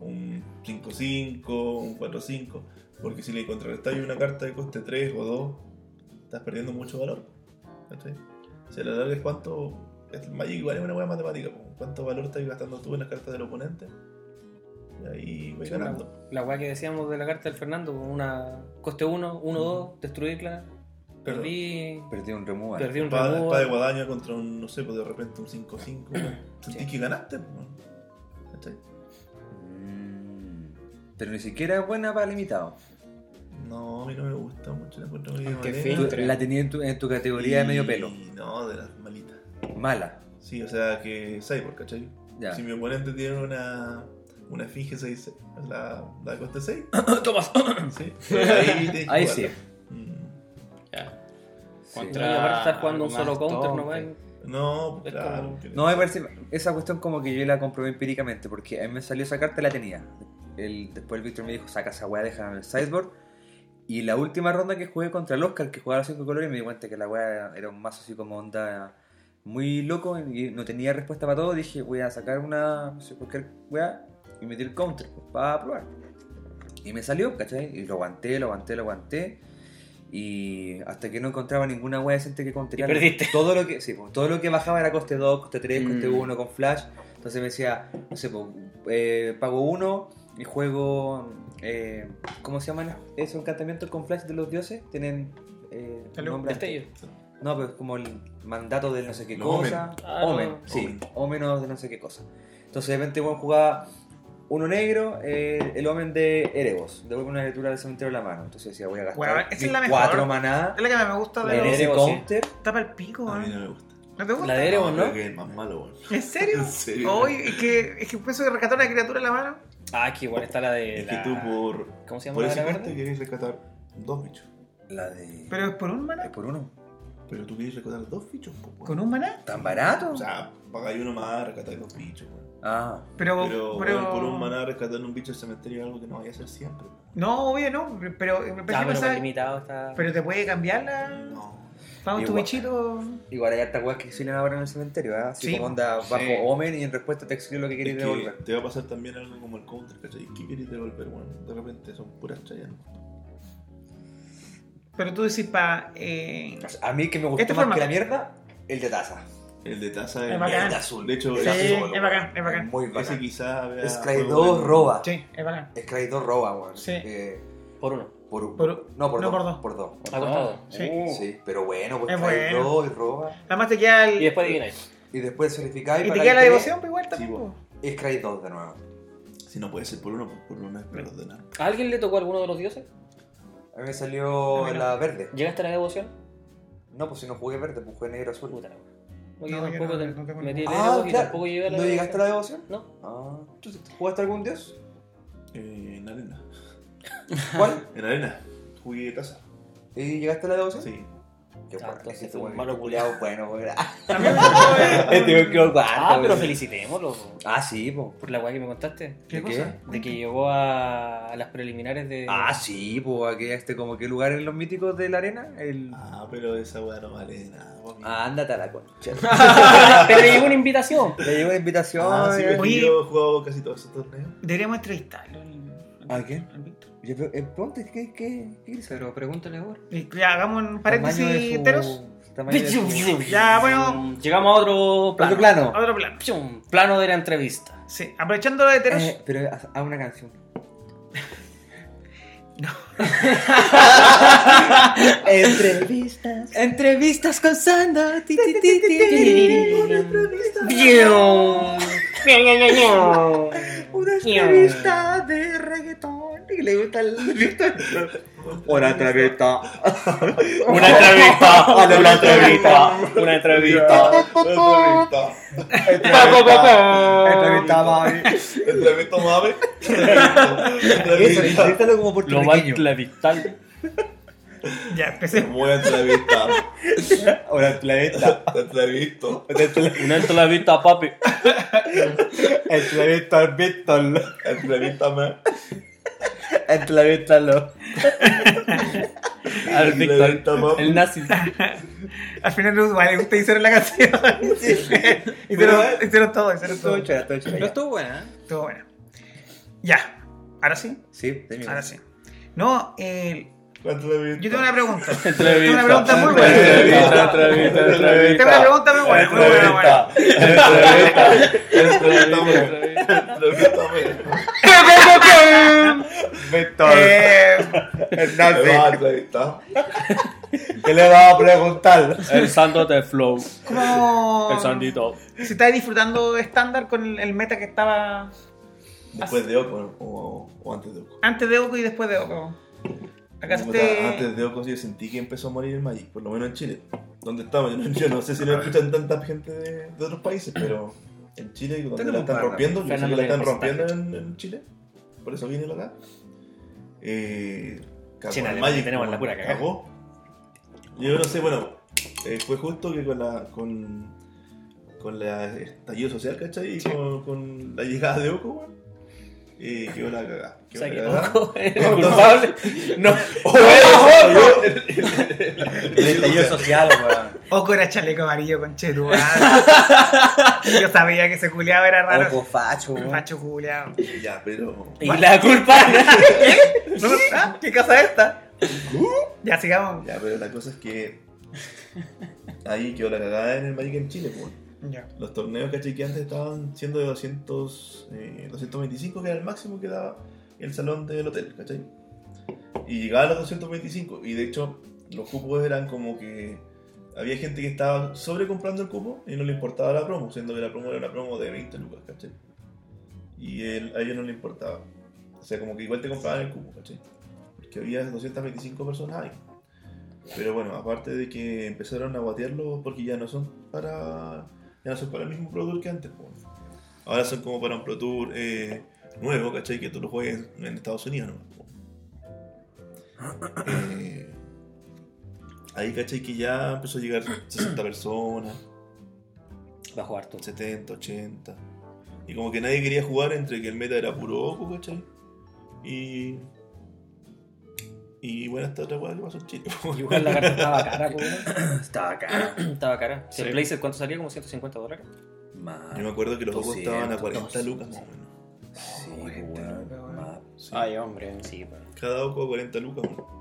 un 5-5, un 4-5, porque si le contrarrestáis una carta de coste 3 o 2, estás perdiendo mucho valor. ¿cachai? Si a la larga es cuánto. El Magic igual es una buena matemática, po, cuánto valor estás gastando tú en las cartas del oponente, y ahí vais ganando. La weá que decíamos de la carta del Fernando, con una coste 1, 1, 2, destruirla. Claro. Perdí, Perdí un removal. perdí un Espada, espada de removal. guadaña contra un, no sé, pues de repente un 5-5, po. sentís que ganaste, po, ¿cachai? Mm, Pero ni siquiera es buena para limitado. No, a mí no me gusta mucho, la encuentro medio Aunque manera. fin, Tú la tenías en tu, en tu categoría de medio pelo. Y No, de las malitas. Mala. Sí, o sea que Cyborg, ¿cachai? Ya. Si mi oponente tiene una. Una esfinge 6, la, la de coste 6. Tomas. sí. pues Ahí, tienes que Ahí jugarla. sí. Mm. Ya. Sí. Y aparte estás jugando un solo counter, no más. weón. No, pues Es claro. como- que- No, me parece. Esa cuestión como que yo la comprobé empíricamente, porque a mí me salió esa carta y la tenía. El, después el Víctor me dijo, saca esa weá, déjame en el sideboard. Y la última ronda que jugué contra el Oscar, que jugaba los cinco colores, me di cuenta que la weá era un mazo así como onda muy loco y no tenía respuesta para todo. Dije, voy a sacar una, no sé, cualquier weá y metí el counter pues, para probar. Y me salió, ¿cachai? Y lo aguanté, lo aguanté, lo aguanté. Y hasta que no encontraba ninguna wea decente que counterear. Y perdiste. Todo lo que, sí, pues, todo lo que bajaba era coste 2, coste 3, coste Mm. 1 con flash. Entonces me decía, no sé, pues, eh, pago 1 y juego. eh, ¿Cómo se llaman esos encantamientos con flash de los dioses? Tienen. Eh, un Salud. nombre Destello. no, pero es como el mandato del no sé qué Los cosa. Omen, Ah, no. sí. Omen. Omen o de no sé qué cosa. Entonces de repente bueno, jugaba uno negro, eh, el Omen de Erebos. Devuelve una criatura del cementerio a la mano. Entonces decía, voy a gastar Weón, esa es la mis mejor. cuatro maná Es la que me gusta en de de ese Erebos, sí. counter. Tapa el pico, A mí no weón. me gusta. ¿No te gusta? La de Erebos, creo ¿no? que es el más malo, weón. ¿En serio? En serio. Oye, es que, es que pienso que rescatar una criatura en la mano. Ah, que igual está la de. Es que la- tú por. ¿Cómo se llama Por la de ese la coste verde? querés rescatar dos bichos. La de. Pero es por un maná. Es por uno. Pero tú querés rescatar dos bichos, po, weón. ¿Con un maná? ¿Tan barato? O sea, pagáis uno más, rescatáis dos bichos, weón. ah, Pero, Pero, pero- weón, por un maná rescatar un bicho del cementerio es algo que no vaya a hacer siempre. weón. No, obvio, no. Pero, pero, Ah, pero pensaba- por limitado está. pero te puede cambiar la. No. Vamos, tu Igual. bichito. igual hay hartas weas que exilian ahora en el cementerio, ¿verdad? Así Sí. como onda bajo Sí. Omen y en respuesta te exilio lo que quieres Es que devolver. te va a pasar también algo como el counter, ¿cachai? ¿Qué quieres devolver, weón? De repente son puras chayas. Pero tú decís pa. Eh, O sea, A mí que me gustó Este más formato. que la mierda, el de taza. El de taza Es el bacán. de azul. De hecho, sí, ese, es bacán, es bacán. Muy ese bacán. quizá vea. Scry juego 2 en- roba. Sí, es bacán. Scry 2 roba, weón. Sí. Eh, Por uno. por, Por- no, por no, por dos. dos. Por dos. Ha costado. Ah, Sí. Uh. Sí, pero bueno, pues Es Scry bueno. 2 y roba. Además te queda el. Y después adivináis. Y después solidificáis. y te para queda la tres, devoción, pues igual también. Sí, po. y Scry 2 de nuevo. Si no puede ser por uno, pues por uno es perdonar. ¿A alguien le tocó alguno de los dioses? A mí me salió Ah, mira. la verde. ¿Llegaste a la devoción? No, pues si no jugué verde, pues jugué negro azul. Puta la wea. No, No, yo yo tampoco no, te- no tengo metí ninguno. dedos Ah, y claro. tampoco llegué a la ¿No llegaste a la devoción? No. Ah, ¿tú te- jugaste algún dios? Eh, en arena. ¿Cuál? En arena. Jugué taza. ¿Eh? ¿Y llegaste a la devoción? Sí. Qué bueno, Ah, entonces este fue un weón. malo culiao, bueno, pues, weón. A mí me gustó, eh. Este weón quedó cuarto, Ah, pero weón. felicitémoslo po, pues, Ah, sí, po. por la weá que me contaste. ¿Qué ¿De cosa? De que llegó a, a las preliminares de. Ah, sí, pues aquí este como qué lugar en los míticos de la arena, el Ah, pero esa weá no vale de nada, po, amigo. Ah, ándate a la concha. Pero le llegó una invitación. Le llegó una invitación. Ah, pues. sí, eh. pero Oye. yo he jugado casi todos esos torneos. Deberíamos entrevistarlo. al- ¿A quién? al Víctor. Yo pre- eh, ponte, ¿qué, qué, qué hizo? Pero pregúntale ahora. Y ya hagamos un paréntesis enteros. Tamaño de su- Ya, bueno. Llegamos a otro plano. Otro plano. Otro plan. Pium, Plano de la entrevista. Sí, aprovechando lo de heteros. Eh, pero haz haz una canción. Entrevistas. Entrevistas con Sando. ti, ti, ti, ti, ti. Eh, Una entrevista de reggaetón. Y le gusta el Víctor. Una entrevista. Una entrevista. Una entrevista. Una entrevista. Entrevista. Entrevista. mami. Entrevista Mave. Entrevista. Entrevista como Lo más puertorriqueño. la vital. Ya, empecemos. Voy a entrevistar. Una entrevista. Te entrevisto. Un alto la vista, papi. Entrevista al Víctor. Entrevístame. Entrevístalo. Al Víctor. Entrevistamos. El nazi. Al final vale, ustedes hicieron la canción. hicieron, hicieron todo, hicieron todo. eh, Estuvo chévere, estuvo chévere, Pero ya. estuvo buena. ¿eh? Estuvo bueno. Ya. Ahora sí, Sí, de mí. ahora Ah, sí. No, eh, La entrevista. yo tengo una pregunta. Tengo una Entrevista. pregunta muy buena. Entrevista, entrevista, Tengo una entrevista. pregunta muy buena, muy buena, muy buena. Entrevistame. Entrevistame. Víctor Eh, Me va a Hernández, entrevistar. ¿qué le vas a preguntar? El santo de flow. Oh. El ¿Cómo sandito. se está disfrutando estándar con el- el meta que estaba Después de Oco o, o antes de Oco. antes de Oco y después de Oco? Acá Puta, este... Antes de Oco yo sentí que empezó a morir el Magic, por lo menos en Chile. Donde estaba, yo no, yo no sé si lo escuchan tanta gente de, de otros países, pero en Chile, donde Tenemos la están barra. rompiendo, yo sé que Fernando la están Miguel José rompiendo en, en Chile, por eso viene acá. Eh, cagó Sí, en al Alemania tenemos como la pura cagada. cagó. Yo no sé, bueno, eh, fue justo que con la. con. con la estallido social, ¿cachai? Y con, con la llegada de Oco, weón. Eh, quedó la cagada. O quedó sea la que cagada. Oco es No, el no. culpable. No. El estallido social, weón. Oco era chaleco amarillo con chetu. Yo sabía que ese culiado era raro. Ojo facho, weón. Macho culiado. Ya, pero. Y la culpa. No, no, ah, ¿Qué casa es esta? Uh, Ya sigamos. Ya, pero la cosa es que. Ahí quedó la cagada en el Magic en Chile, pues. Ya. Los torneos, ¿cachai? Que antes estaban siendo de 200, eh, 225, que era el máximo que daba el salón del hotel, ¿cachai? Y llegaba a los 225, y de hecho, los cupos eran como que. Había gente que estaba sobrecomprando el cupo y no le importaba la promo, siendo que la promo era una promo de 20 lucas, ¿cachai? Y él- a ellos no le importaba. O sea, como que igual te compraban el cupo, ¿cachai? Porque había 225 personas ahí. Pero bueno, aparte de que empezaron a guatearlos porque ya no son para ya no son para el mismo Pro Tour que antes. po. Ahora son como para un Pro Tour eh, nuevo, ¿cachai? Que tú lo juegues en Estados Unidos nomás. po. Eh, ahí, ¿cachai? Que ya empezó a llegar 60 personas, Va a jugar tú. 70, 80. Y como que nadie quería jugar entre que el meta era puro ojo, ¿cachai? Y... Y bueno, esta otra weá que pasó en Chile. po. Igual la carta estaba cara, po, weón. Estaba acá. Estaba cara. Si Sí. el Blazer, ¿cuánto salía? Como 150 dólares. Ah, Yo me acuerdo que los ojos estaban a 40 lucas más o Sí, menos. weón. más. Sí. Ay, hombre. Sí, po. Cada ojo a 40 lucas. weón.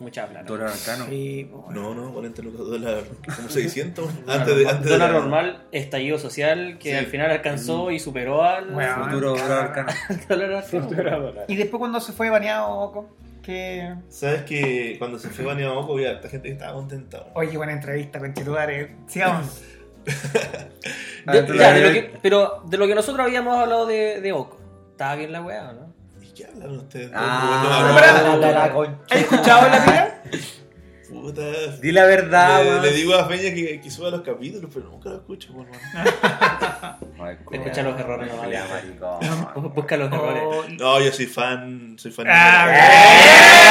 Mucha plata. Dólar arcano. Sí, po, weón. No, no, 40 lucas dólar, como 600. antes de, antes de Dólar la- normal, estallido social, que Sí. al final alcanzó y superó al Mm. Bueno. Futuro dólar arcano. al dólar argentino. Y después cuando se fue baneado Oco, que... Sabes que cuando se fue baneado Moco había harta gente que estaba contenta. weón. Oye, buena entrevista con Chetuares. Sigamos. De- Adentro ya, la- de lo que- pero de lo que nosotros habíamos hablado de, de Oco, ¿estaba bien la weá o no? ¿Y qué hablan ustedes? Ah, Pero- la- la concha. ¿Has escuchado la tira? No, puta. Le- Di la verdad, le, weón. digo a Peña que, que suba los capítulos, pero nunca lo escucho, por favor. Ay, Escucha los errores, no vale. culiao, maricón. Bu- Busca los errores. Oh, No, yo soy fan, soy fan. Ah,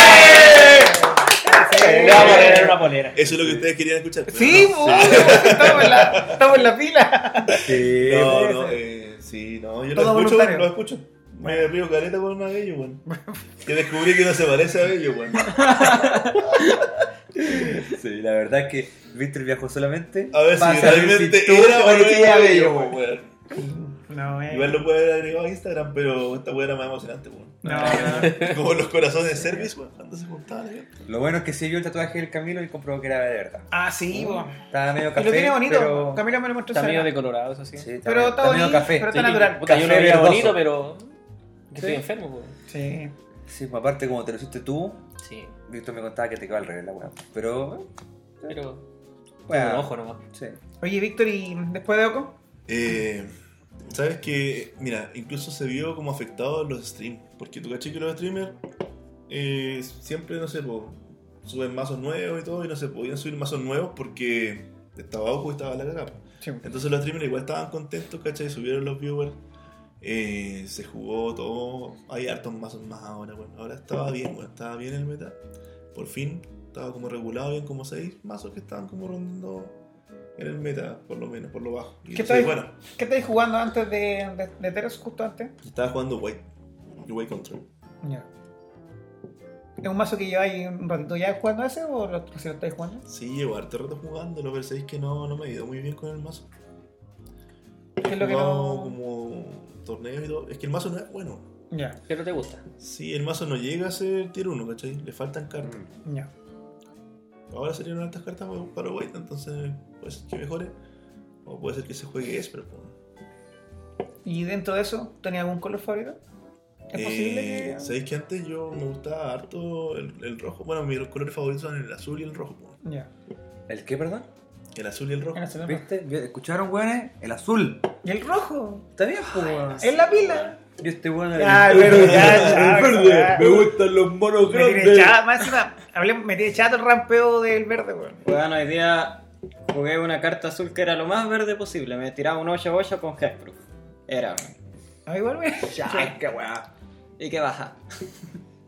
Le voy a poner en una polera. Eso es lo que ustedes querían escuchar. pero Sí, no. bu, estamos, en la, estamos en la fila. Sí, No, sí, no, sí. eh, sí, no, yo Todo lo escucho, voluntario. lo escucho. Me río caleta con una de ellos, weón. Que descubrí que no se parece a ellos, weón. Sí, la verdad es que Víctor viajó solamente. A ver para si saber realmente si tú era te o no parecías era bello, bello, weón. weón. No, eh. Igual lo puede haber agregado a Instagram, pero esta weá era más emocionante, weón. No, no. Como los corazones de service, weón, cuando se juntaban la gente. Lo bueno es que sí vio el tatuaje del Camilo y comprobó que era de verdad. Ah, sí, bu. Estaba medio Y café. lo tiene bonito. Pero... Camila me lo mostró. Está medio Sara. de colorado, eso sí. Sí, está Pero está medio- está medio bonito, café. pero Sí, está natural. puta, yo lo Café veía verdoso. bonito, pero. que Estoy Sí. enfermo, po. Sí. Sí, pues, aparte como te lo hiciste tú, Sí, Víctor me contaba que te quedaba al revés la weá. Pero, pero. Bueno. Bueno, ojo nomás. sí. Oye, Víctor, ¿y después de Oco? Eh, Sabes que, mira, incluso se vio como afectado los streams. Porque tú caché que los streamers eh, siempre, no sé, po, suben mazos nuevos y todo, y no se podían subir mazos nuevos porque estaba ojo y estaba la cagada. po. Sí. Entonces los streamers igual estaban contentos, ¿cachai? Subieron los viewers. eh, se jugó todo. Hay hartos mazos más ahora, bueno. Ahora estaba bien, bueno, estaba bien el meta. Por fin estaba como regulado, bien como seis mazos que estaban como rondando en el meta, por lo menos, por lo bajo. Y ¿Qué tal? entonces, bueno, ¿Qué estáis jugando antes de, de, de Teros, justo antes? yo estaba jugando White. White Control. Ya. ¿Es un mazo que lleváis un ratito ya jugando ese o lo, si lo estáis jugando? Sí, llevo harto rato jugándolo, pero sabéis que no, no me ha ido muy bien con el mazo. ¿Qué He es lo que jugado no- como torneos y todo. Es que el mazo no es bueno. Ya, Pero te gusta. Sí, el mazo no llega a ser tier 1, ¿cachai? Le faltan cartas. ya. Ahora salieron altas cartas para- para White, entonces puede ser que mejore. O puede ser que se juegue Esper. po. ¿Y dentro de eso, tenía algún color favorito? ¿Es Eh, posible que.? ¿Sabéis que antes yo me gustaba harto el, el rojo? Bueno, mis colores favoritos son el azul y el rojo. po. Ya. ¿El qué, perdón? El azul y el rojo. En el celular. ¿Viste? ¿Vio- ¿Escucharon, weones? El azul. ¿Y el rojo? Está bien, pues, weón. ¿En la pila? Yo este weón. Ya, el verde, ya, El ya, ya. verde. Me gustan los monos Me tiene grandes. echada, más encima, hablemos- me tiene echado el rampeo del verde, weón. Bueno, hoy día jugué una carta azul que era lo más verde posible. Me tiraba un 8-8 con Hexproof. Era, weón. A mí igual me. Ya, qué weá. Y que baja.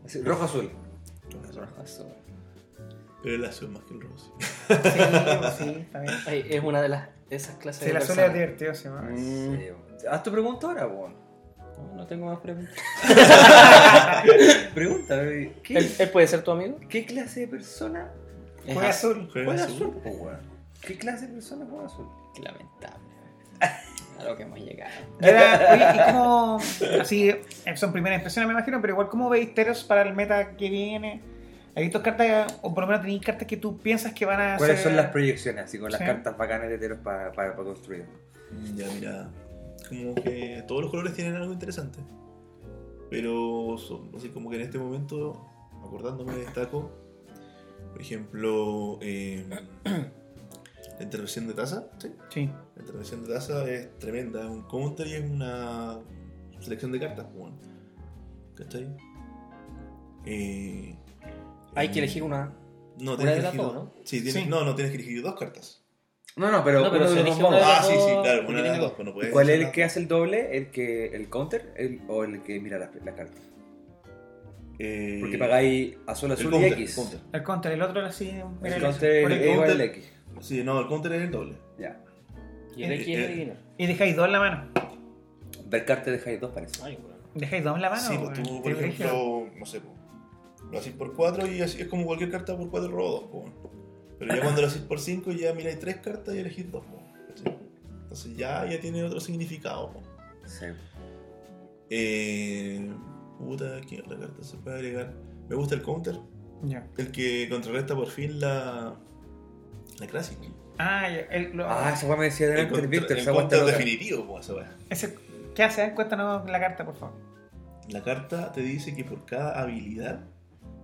Así, Rojo azul. Azul. Pero el azul más que el rojo. sí. Sí, pues sí, está bien. Ay, es una de las de esas clases Sí, de la azul es personas. divertido, sí, weón. Mm. Sí, weón. Haz tu pregunta ahora, weón. No, no tengo más preguntas. Pregunta, baby. ¿Él, ¿Qué, él puede ser tu amigo? ¿Qué clase de persona Es Juega azul. Juega juega azul. azul, pues, weón? ¿Qué clase de persona juega azul? az- lamentable. A lo que hemos llegado. Y ahora, oye, ¿y cómo? Así, eh, son primeras impresiones, me imagino, pero igual, ¿cómo veis Teros para el meta que viene? ¿Hay visto cartas, o por lo menos tenéis cartas que tú piensas que van a ¿Cuáles ser- son las proyecciones, así con las Sí. cartas bacanas de teros para, para, para construir? Mm, Ya, mira. Como que todos los colores tienen algo interesante. Pero son- así como que en este momento, acordándome, destaco. Por ejemplo, eh, la intervención de taza. ¿sí? Sí. La intervención de taza es tremenda. Es un counter y es una selección de cartas. pues, Bueno, ¿Cachai? Eh, Hay eh, que elegir una. No, una tienes que de las elegir dos, dos. ¿no? Sí, tienes- Sí. No, no, tienes que elegir dos cartas. No, no, pero, No, pero uno de se los dos elige una de monos. las Ah, sí, sí, dos, claro. porque Una de tiene las dos. dos. pues no puedes ¿Cuál es elegir el las que hace el doble? ¿El que el counter el- o el que mira las las cartas? Eh, Porque pagáis azul, el azul y counter, X. counter. El counter, el otro así. mira, El counter eh. Por el es igual al counter- X. Sí, no, el counter es el doble. Ya. Y el Eh, X es eh. adivinar. Y dejáis dos en la mano. Del cartel dejáis dos, parece. Ay, weón. Dejáis dos en la mano. sí, pues weón. tú, por Qué brígido. ejemplo, no sé, pues, lo haces por 4 y así, es como cualquier carta por 4 robo 2, Pero ya cuando lo haces por 5 ya miráis 3 cartas y elegís 2, Entonces ya, ya tiene otro significado, po. Sí. Eh, puta, ¿qué otra carta se puede agregar? Me gusta el counter, Ya. el que contrarresta por fin la. la Classic. Ah, ya, el- lo- Ah, esa weá me decía El delante contra- el Víctor, el esa weá está counter loca. definitivo, po, esa weá. ese- ¿Qué hace? Cuéntanos la carta, por favor. La carta te dice que por cada habilidad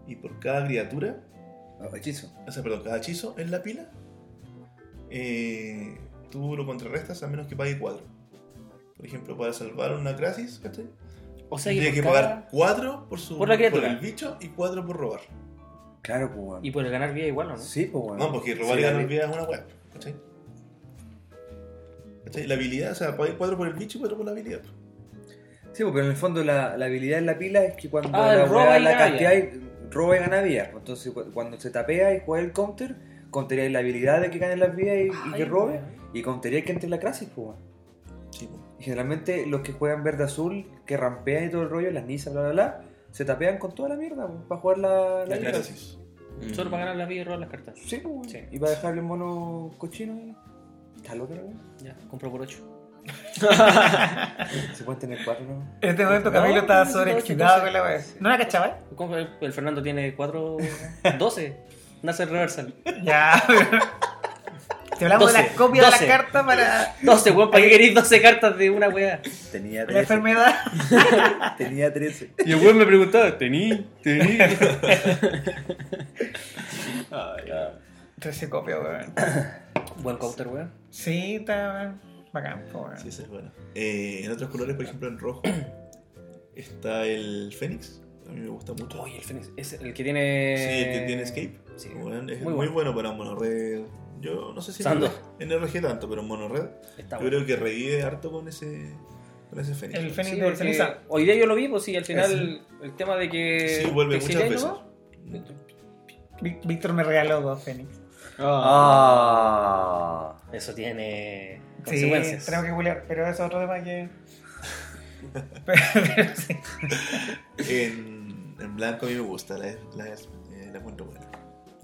y por cada criatura Oh, hechizo. O sea, perdón, cada hechizo en la pila, eh, tú lo contrarrestas a menos que pague 4. Por ejemplo, para salvar una Crasis, ¿cachai? O sea, Tiene y que por, cada- pagar 4 por su por la criatura. el bicho y 4 por robar. Claro, pues weón. y por el ganar vida igual, ¿o ¿no? Sí, pues weón. No, porque robar Sí, y ganar la- vida es una web, ¿cachai? ¿Cachai? La habilidad, o sea, pagáis 4 por el bicho y 4 por la habilidad. Sí, porque en el fondo la, la habilidad en la pila es que cuando Ah, la el roba weá y la gana casteáis, roba y gana vida. Entonces cu- cuando se tapea y juega el counter, contaríais la habilidad de que gane las vidas y, y que Ay, robe. weón. Y contaríais que entre en la crisis, pues weón. Sí, pues. po. Y Generalmente los que juegan verde azul, que rampean y todo el rollo, las nisas, bla bla bla, se tapean con toda la mierda pues, para jugar la, la la liga. Crasis. Solo para ganar la vida y robar las cartas. Sí, pues, weón. Sí. Y para dejarle el mono cochino ahí. Está loca la weá. Ya, compro por 8. Se pueden tener cuatro, ¿no? En este momento Camilo No, estaba no, sobreexcitado no, con la weá. ¿No la cachaba? eh? El, el Fernando tiene 4. 12. Nace el reversal. Ya, Te hablamos de la 12, copia de 12. la carta para 12, weón, ¿para qué queréis 12 cartas de una weá? Tenía la 13. enfermedad. Tenía 13. Y el weón me preguntaba, tení, tení. 13 copias, weón. Buen counter, weón. Sí, está bacán, po, weón. Sí, ese es bueno. Eh, en otros colores, por ejemplo, en rojo está el Fénix. A mí me gusta mucho. Oye, el Fénix, es el que sí, tiene. el que tiene Escape. Sí. Bueno, es Muy muy, bueno. bueno para Monorred. Yo no sé si Sando. en RG tanto, pero en Monorred. Está yo creo que revive harto con ese, con ese Fénix. El Sí, Fénix de porque ceniza. Hoy día yo lo vi, pues sí, al final Ese. el tema de que. Sí, vuelve que muchas exiliáis veces. nomás. Ví- Víctor me regaló dos Fénix. Oh. Ah. Eso tiene Sí, consecuencias. tenemos que culiar, pero eso es otro tema que. Pero sí. En, en blanco a mí me gusta la, la, eh, la encuentro buena.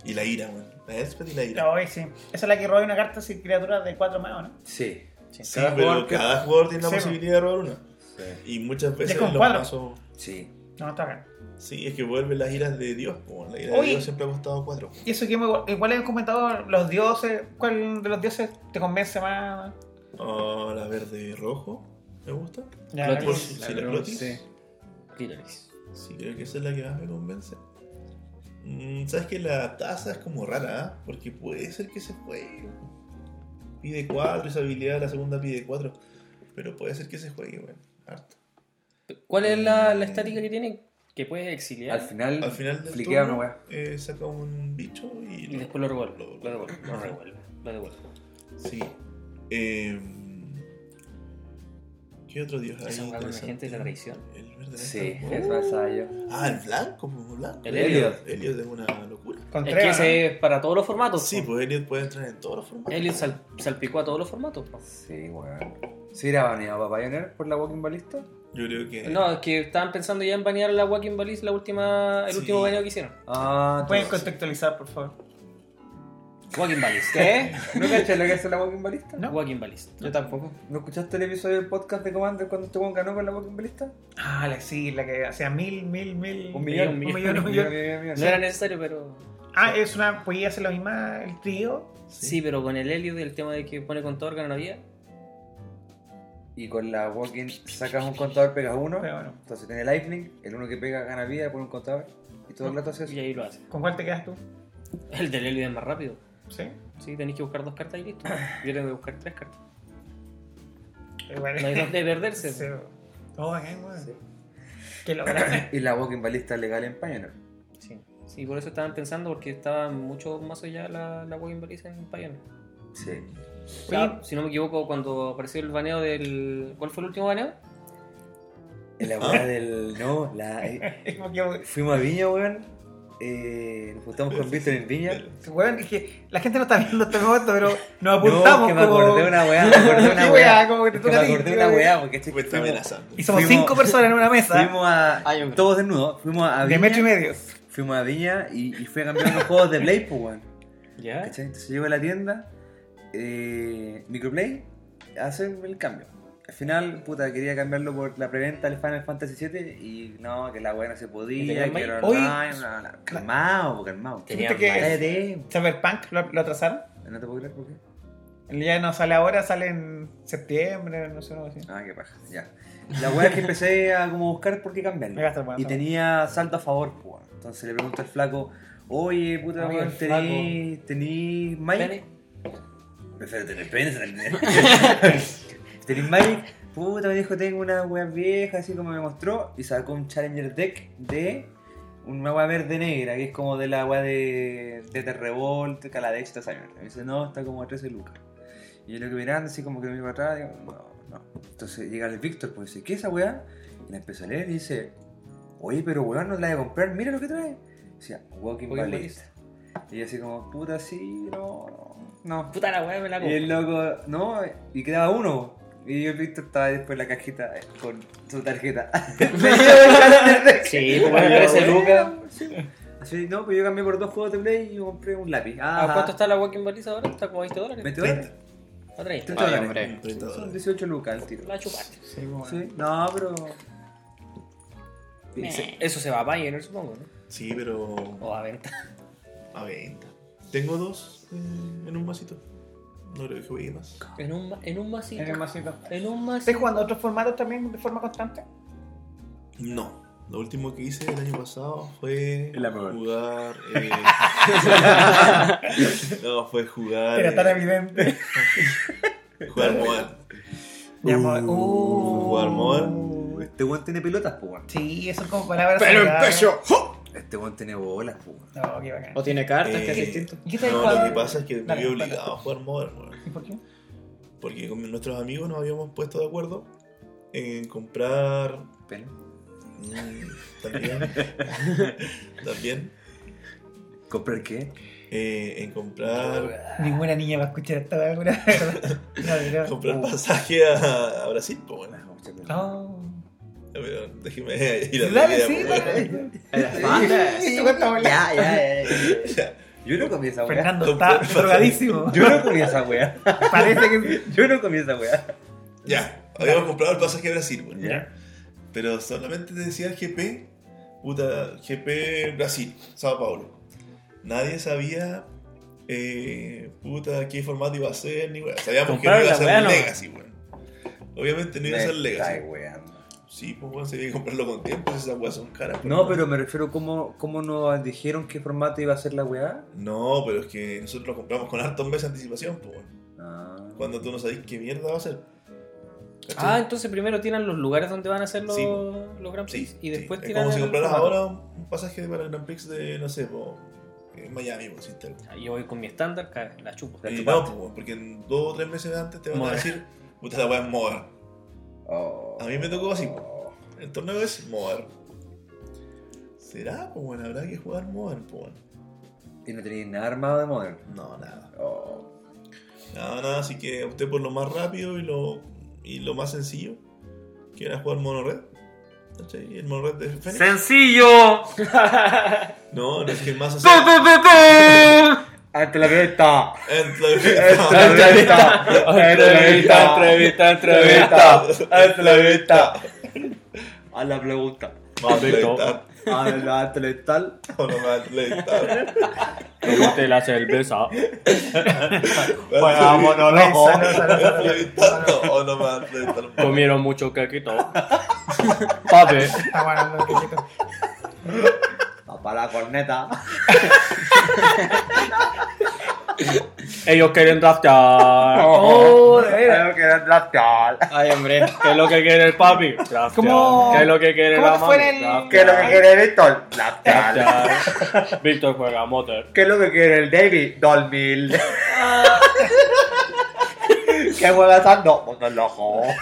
Y la ira, bueno. La Esped y la ira. No, sí. Esa es la que roba una carta sin criatura de 4 más, ¿o ¿no? Sí. Sí, Cada pero jugador que- cada jugador tiene la Sí, posibilidad de robar una. Sí. Y muchas veces con los cuatro. mazos- Sí. No, está acá. Sí, es que vuelven las iras de Dios. po. La ira Oye. de Dios siempre ha costado cuatro. Y eso que hemos- igual hemos comentado, los dioses, ¿cuál de los dioses te convence más? Oh, la verde y rojo. ¿Me gusta? Ya, Clotis, por- la- si la la verdad, Clotis. sí. Clítoris. Sí, creo que esa es la que más me convence. Mm, Sabes que la taza es como rara, ¿ah? porque puede ser que se juegue. Pide 4, esa habilidad, la segunda pide 4. Pero puede ser que se juegue, bueno, harto. ¿Cuál es la, la estática que tiene? Que puedes exiliar Al final. Al final del Fliquea turno, una weá. eh, saca un bicho y, y después lo revuelve. lo- Lo devuelve. Lo revuelve. Lo devuelve. Ah. Sí. Eh, ¿Qué otro dios hay? Esa weá con la interesante? gente de la traición. El verde Sí. negro. Eso Uh. pensaba yo. Ah, el blanco, pues, blanco. El Elliot. Elliot es una locura. Es que Contreras. ese es para todos los formatos. Sí, po. pues Elliot puede entrar en todos los formatos. Elliot sal- salpicó a todos los formatos. po. Sí, weón. ¿Sí era baneado para Pioneer por la Walking Ballista? Yo creo que. No, es que estaban pensando ya en banear la Walking Ballis la última, el Sí. último baneo que hicieron. Ah, Pueden contextualizar, por favor. Walking Ballis. ¿Qué? ¿No cachas lo que hace la Walking Ballista? ¿No? Walking Ballis. Yo tampoco. ¿No escuchaste el episodio del podcast de Commander cuando este weón ganó con la Walking Ballista? Ah, la, sí, la que hacía mil, mil, mil. Un millón, un millón, un millón. un Mira, mira, mira, No era necesario, pero. Ah, es una. Podía hacer la misma, el trío. Sí, pero con el Elliot, el tema de que pone contador gana una vida. Y con la Walking sacas un contador, pegas uno. Pero bueno, Entonces tiene Lightning, el uno que pega gana vida, pone un contador. Y todo el rato hace Y eso. ahí lo hace. ¿con cuál te quedas tú? El del Elliot es más rápido. Sí. Sí, tenéis que buscar dos cartas y listo. Yo tengo que buscar tres cartas. Igual. No hay dónde perderse. Sí. Todo bacán, weón. Sí. Qué logrado. Y la Walking Ballista legal en Pioneer. Sí. Sí, por eso estaban pensando, porque estaba mucho más allá la, la Walking Ballis en Pioneer. Sí. O sea, si no me equivoco, cuando apareció el baneo del. ¿Cuál fue el último baneo? La weá del. No, la. eh, Es como que, Fuimos a Viña, weón. Eh, nos juntamos con Víctor en Viña. weón, es que la gente no está viendo este momento, pero nos no, apuntamos. que me como- acordé una weá, me acordé Sí, weá, una weá. como que te Que toca me a ti, acordé una weón. weá, porque este Me está amenazando. Y somos Fuimos- cinco personas en una mesa Fuimos a. Ah, yo creo. Todos desnudos, fuimos a de Viña. metro y medio. Fuimos a Viña y, y fui a cambiar unos juegos de Play, pues, weón. Ya. ¿Cachai? Entonces llego a la tienda, eh, Microplay, hace el cambio. Al final, puta, quería cambiarlo por la preventa del Final Fantasy VII y no, que la weá no se ¿Y podía, tenían que era mail? online, bla, bla, bla. Calmado, calmado. Tenían Viste que- Cállate. Cyberpunk lo, lo atrasaron. No te puedo creer por qué. Ya no sale ahora, sale en septiembre, no sé, algo así. Ah, qué paja, ya. La weá es que empecé a como buscar por qué cambiarlo. Me gasta el weón, Y ¿no? tenía saldo a favor, pues. weón. Entonces le pregunto al flaco, oye, puta, Oye, weón, el tení, tení Magic. Pene. Prefiero tener pene. Tenéis Magic. Puta, me dijo, tengo una wea vieja, así como me mostró. Y sacó un Challenger Deck de una wea verde negra, que es como de la wea de, de Terrevolt, Caladex, toda esa mierda. Me dice, no, está como a 13 lucas. Y yo lo que mirando, así como que me iba atrás, digo, no, no. Entonces llega el Víctor, pues dice, ¿qué es esa wea? Y la empezó a leer y dice, oye, pero weón, no la de comprar, mira lo que trae. Decía, Walking Walking Ballista. Y yo así como, puta, sí, no, no. no. Puta la weá, me la Y como. el loco, no, y quedaba uno. Y el Víctor estaba después en la cajita eh, con su tarjeta. Sí, pues bueno, 13 lucas. Así, no, pues yo cambié por dos juegos de play y compré un lápiz. Ah, ¿A cuánto está la Walking Ballis ahora? Está como a 20 dólares. 20 dólares. A 30. 30 Ay, dólares. hombre. 30 Son dólares. 18 lucas el tiro. La chupaste. Sí, bueno. Sí, no, pero. Sí, Eso se va a Pioneer, supongo, ¿no? Sí, pero. O a venta. A venta. Tengo dos eh, en un vasito. No creo que juegue más. En un, ma- en un masito. En el masito. En un masito. ¿Estás jugando otros formatos también de forma constante? No. Lo último que hice el año pasado fue Es la peor. jugar. eh, no, fue jugar. Era tan eh, evidente. jugar MOBA. Ya, mo- jugar Uh. mol. Este weón tiene pelotas, pues weón. Sí, eso es como palabras. sagradas. pecho! Este weón tiene bolas, pues weón. No, qué bacán. O tiene cartas, Eh, que es distinto. ¿Y qué tal No, lo cuando- que pasa es que me Dale, vi dale. obligado a jugar MOBA, weón. ¿Y por qué? Porque con nuestros amigos nos habíamos puesto de acuerdo en comprar. Pena. mm, También. también. ¿Comprar qué? eh, en comprar. Ninguna niña va a escuchar esta alguna ¿verdad? No, Comprar pasaje a, a Brasil, pues bueno. Ah, mucha no. pena. Oh. Pero déjeme ir a la Dale, idea, sí, pues, bueno. dale. Sí, Esto cuesta bolas. ya, ya, ya, ya. Yo no comí esa weá. Fernando está drogadísimo. Yo no comí esa weá. Parece que sí. Yo no comí esa weá. Ya, habíamos comprado el pasaje a Brasil, bueno. Ya. Pero solamente te decía GP, puta, GP Brasil, Sao Paulo. Nadie sabía, eh, puta, qué formato iba a ser, ni weá. Sabíamos que no Compraron iba a la ser weá, un ¿no? Legacy, weón. Obviamente no iba a ser Me estáis Legacy. weando. Sí, pues weón, se había que comprarlo con tiempo, esas weas son caras. No, pero me refiero cómo, cómo nos dijeron qué formato iba a ser la weá. No, pero es que nosotros lo compramos con hartos meses de anticipación, pues weón. Ah. Cuando tú no sabés qué mierda va a ser. ¿Cachai? Ah, entonces primero tiran los lugares donde van a hacer los, Sí. los Grand Prix Sí, y después sí. Es tiran. como si el compraras formato. ahora un pasaje para el Grand Prix de, no sé, po, en Miami, por decirte algo. Ah, Yo voy con mi estándar, ca- la chupo. Y no, po, porque en dos o tres meses antes te van Mover. a decir, puta, la weá es mover. Oh. A mí me tocó así. Oh. El torneo es mover. ¿Será? Pues bueno, habrá que jugar mover, pues bueno. Y no tenéis nada armado de modern. No, nada. Oh. Nada, nada, así que opté por lo más rápido y lo, y lo más sencillo, que era jugar mono red. ¿Cachai? Y el mono red de Fénix. ¡Sencillo! No, no es que el mazo sea. Entrevista. Entonces- Entrevista. Entrevista. Entrevista. Entrevista. Entrevista. A la pregunta. Atleta. A la atleta. Bueno, atleta. Tomate la cerveza. Bueno, monólogo. Esa, no, esa, no, esa, no. o no me atletar. Comieron mucho caquito. Pape. Está bueno, no, que- que- Para la corneta. Ellos quieren draftear. Oh, de veras. Creo que era draftear. Ay, hombre. ¿Qué es lo que quiere el papi? Draftear. ¿Cómo- ¿Qué es lo que quiere cómo la te mami? fue en el- Draftear. ¿Qué es lo que quiere Víctor? Draftear. Draftear. Víctor juega motor. ¿Qué es lo que quiere el David? Dormir. Ah. ¿Qué huele tanto? Ponte el ojo.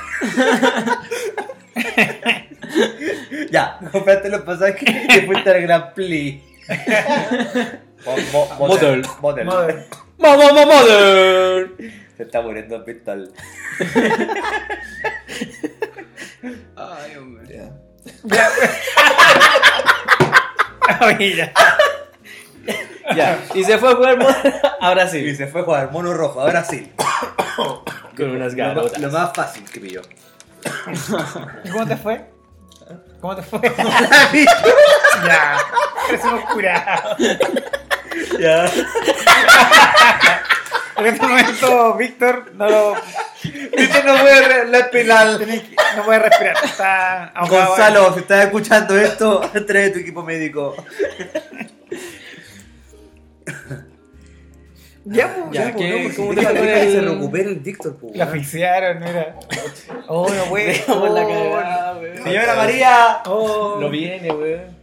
ya, compraste los pasajes y fuiste al Gran Prix. Mo- mo- Model. Model. Madre. ¡Mamá, mamá! Mother! Se está muriendo Víctor. Ay, hombre. Ya. Oye, ya. Ya. Y se fue a jugar moda a Y Brasil. se fue a jugar mono rojo a Brasil. Con unas Lo, ganas. más- lo más fácil que pilló. ¿Y cómo te fue? ¿Cómo te fue? ya. ya. Eso es oscura. En este momento, Víctor no lo. Víctor no puede re- la espinal. tenés que- no puede respirar. Está ahogado. eh. Gonzalo, si estás escuchando esto, trae tu equipo médico. Ya, pues, Ya, ya, pues, ¿qué- no, porque cómo si te deja fue que con el- que se recupere el Víctor, po, La weón. asfixiaron, mira. Oh, no puede. Por la oh, cagada, weón. Señora María. oh. No viene, weón.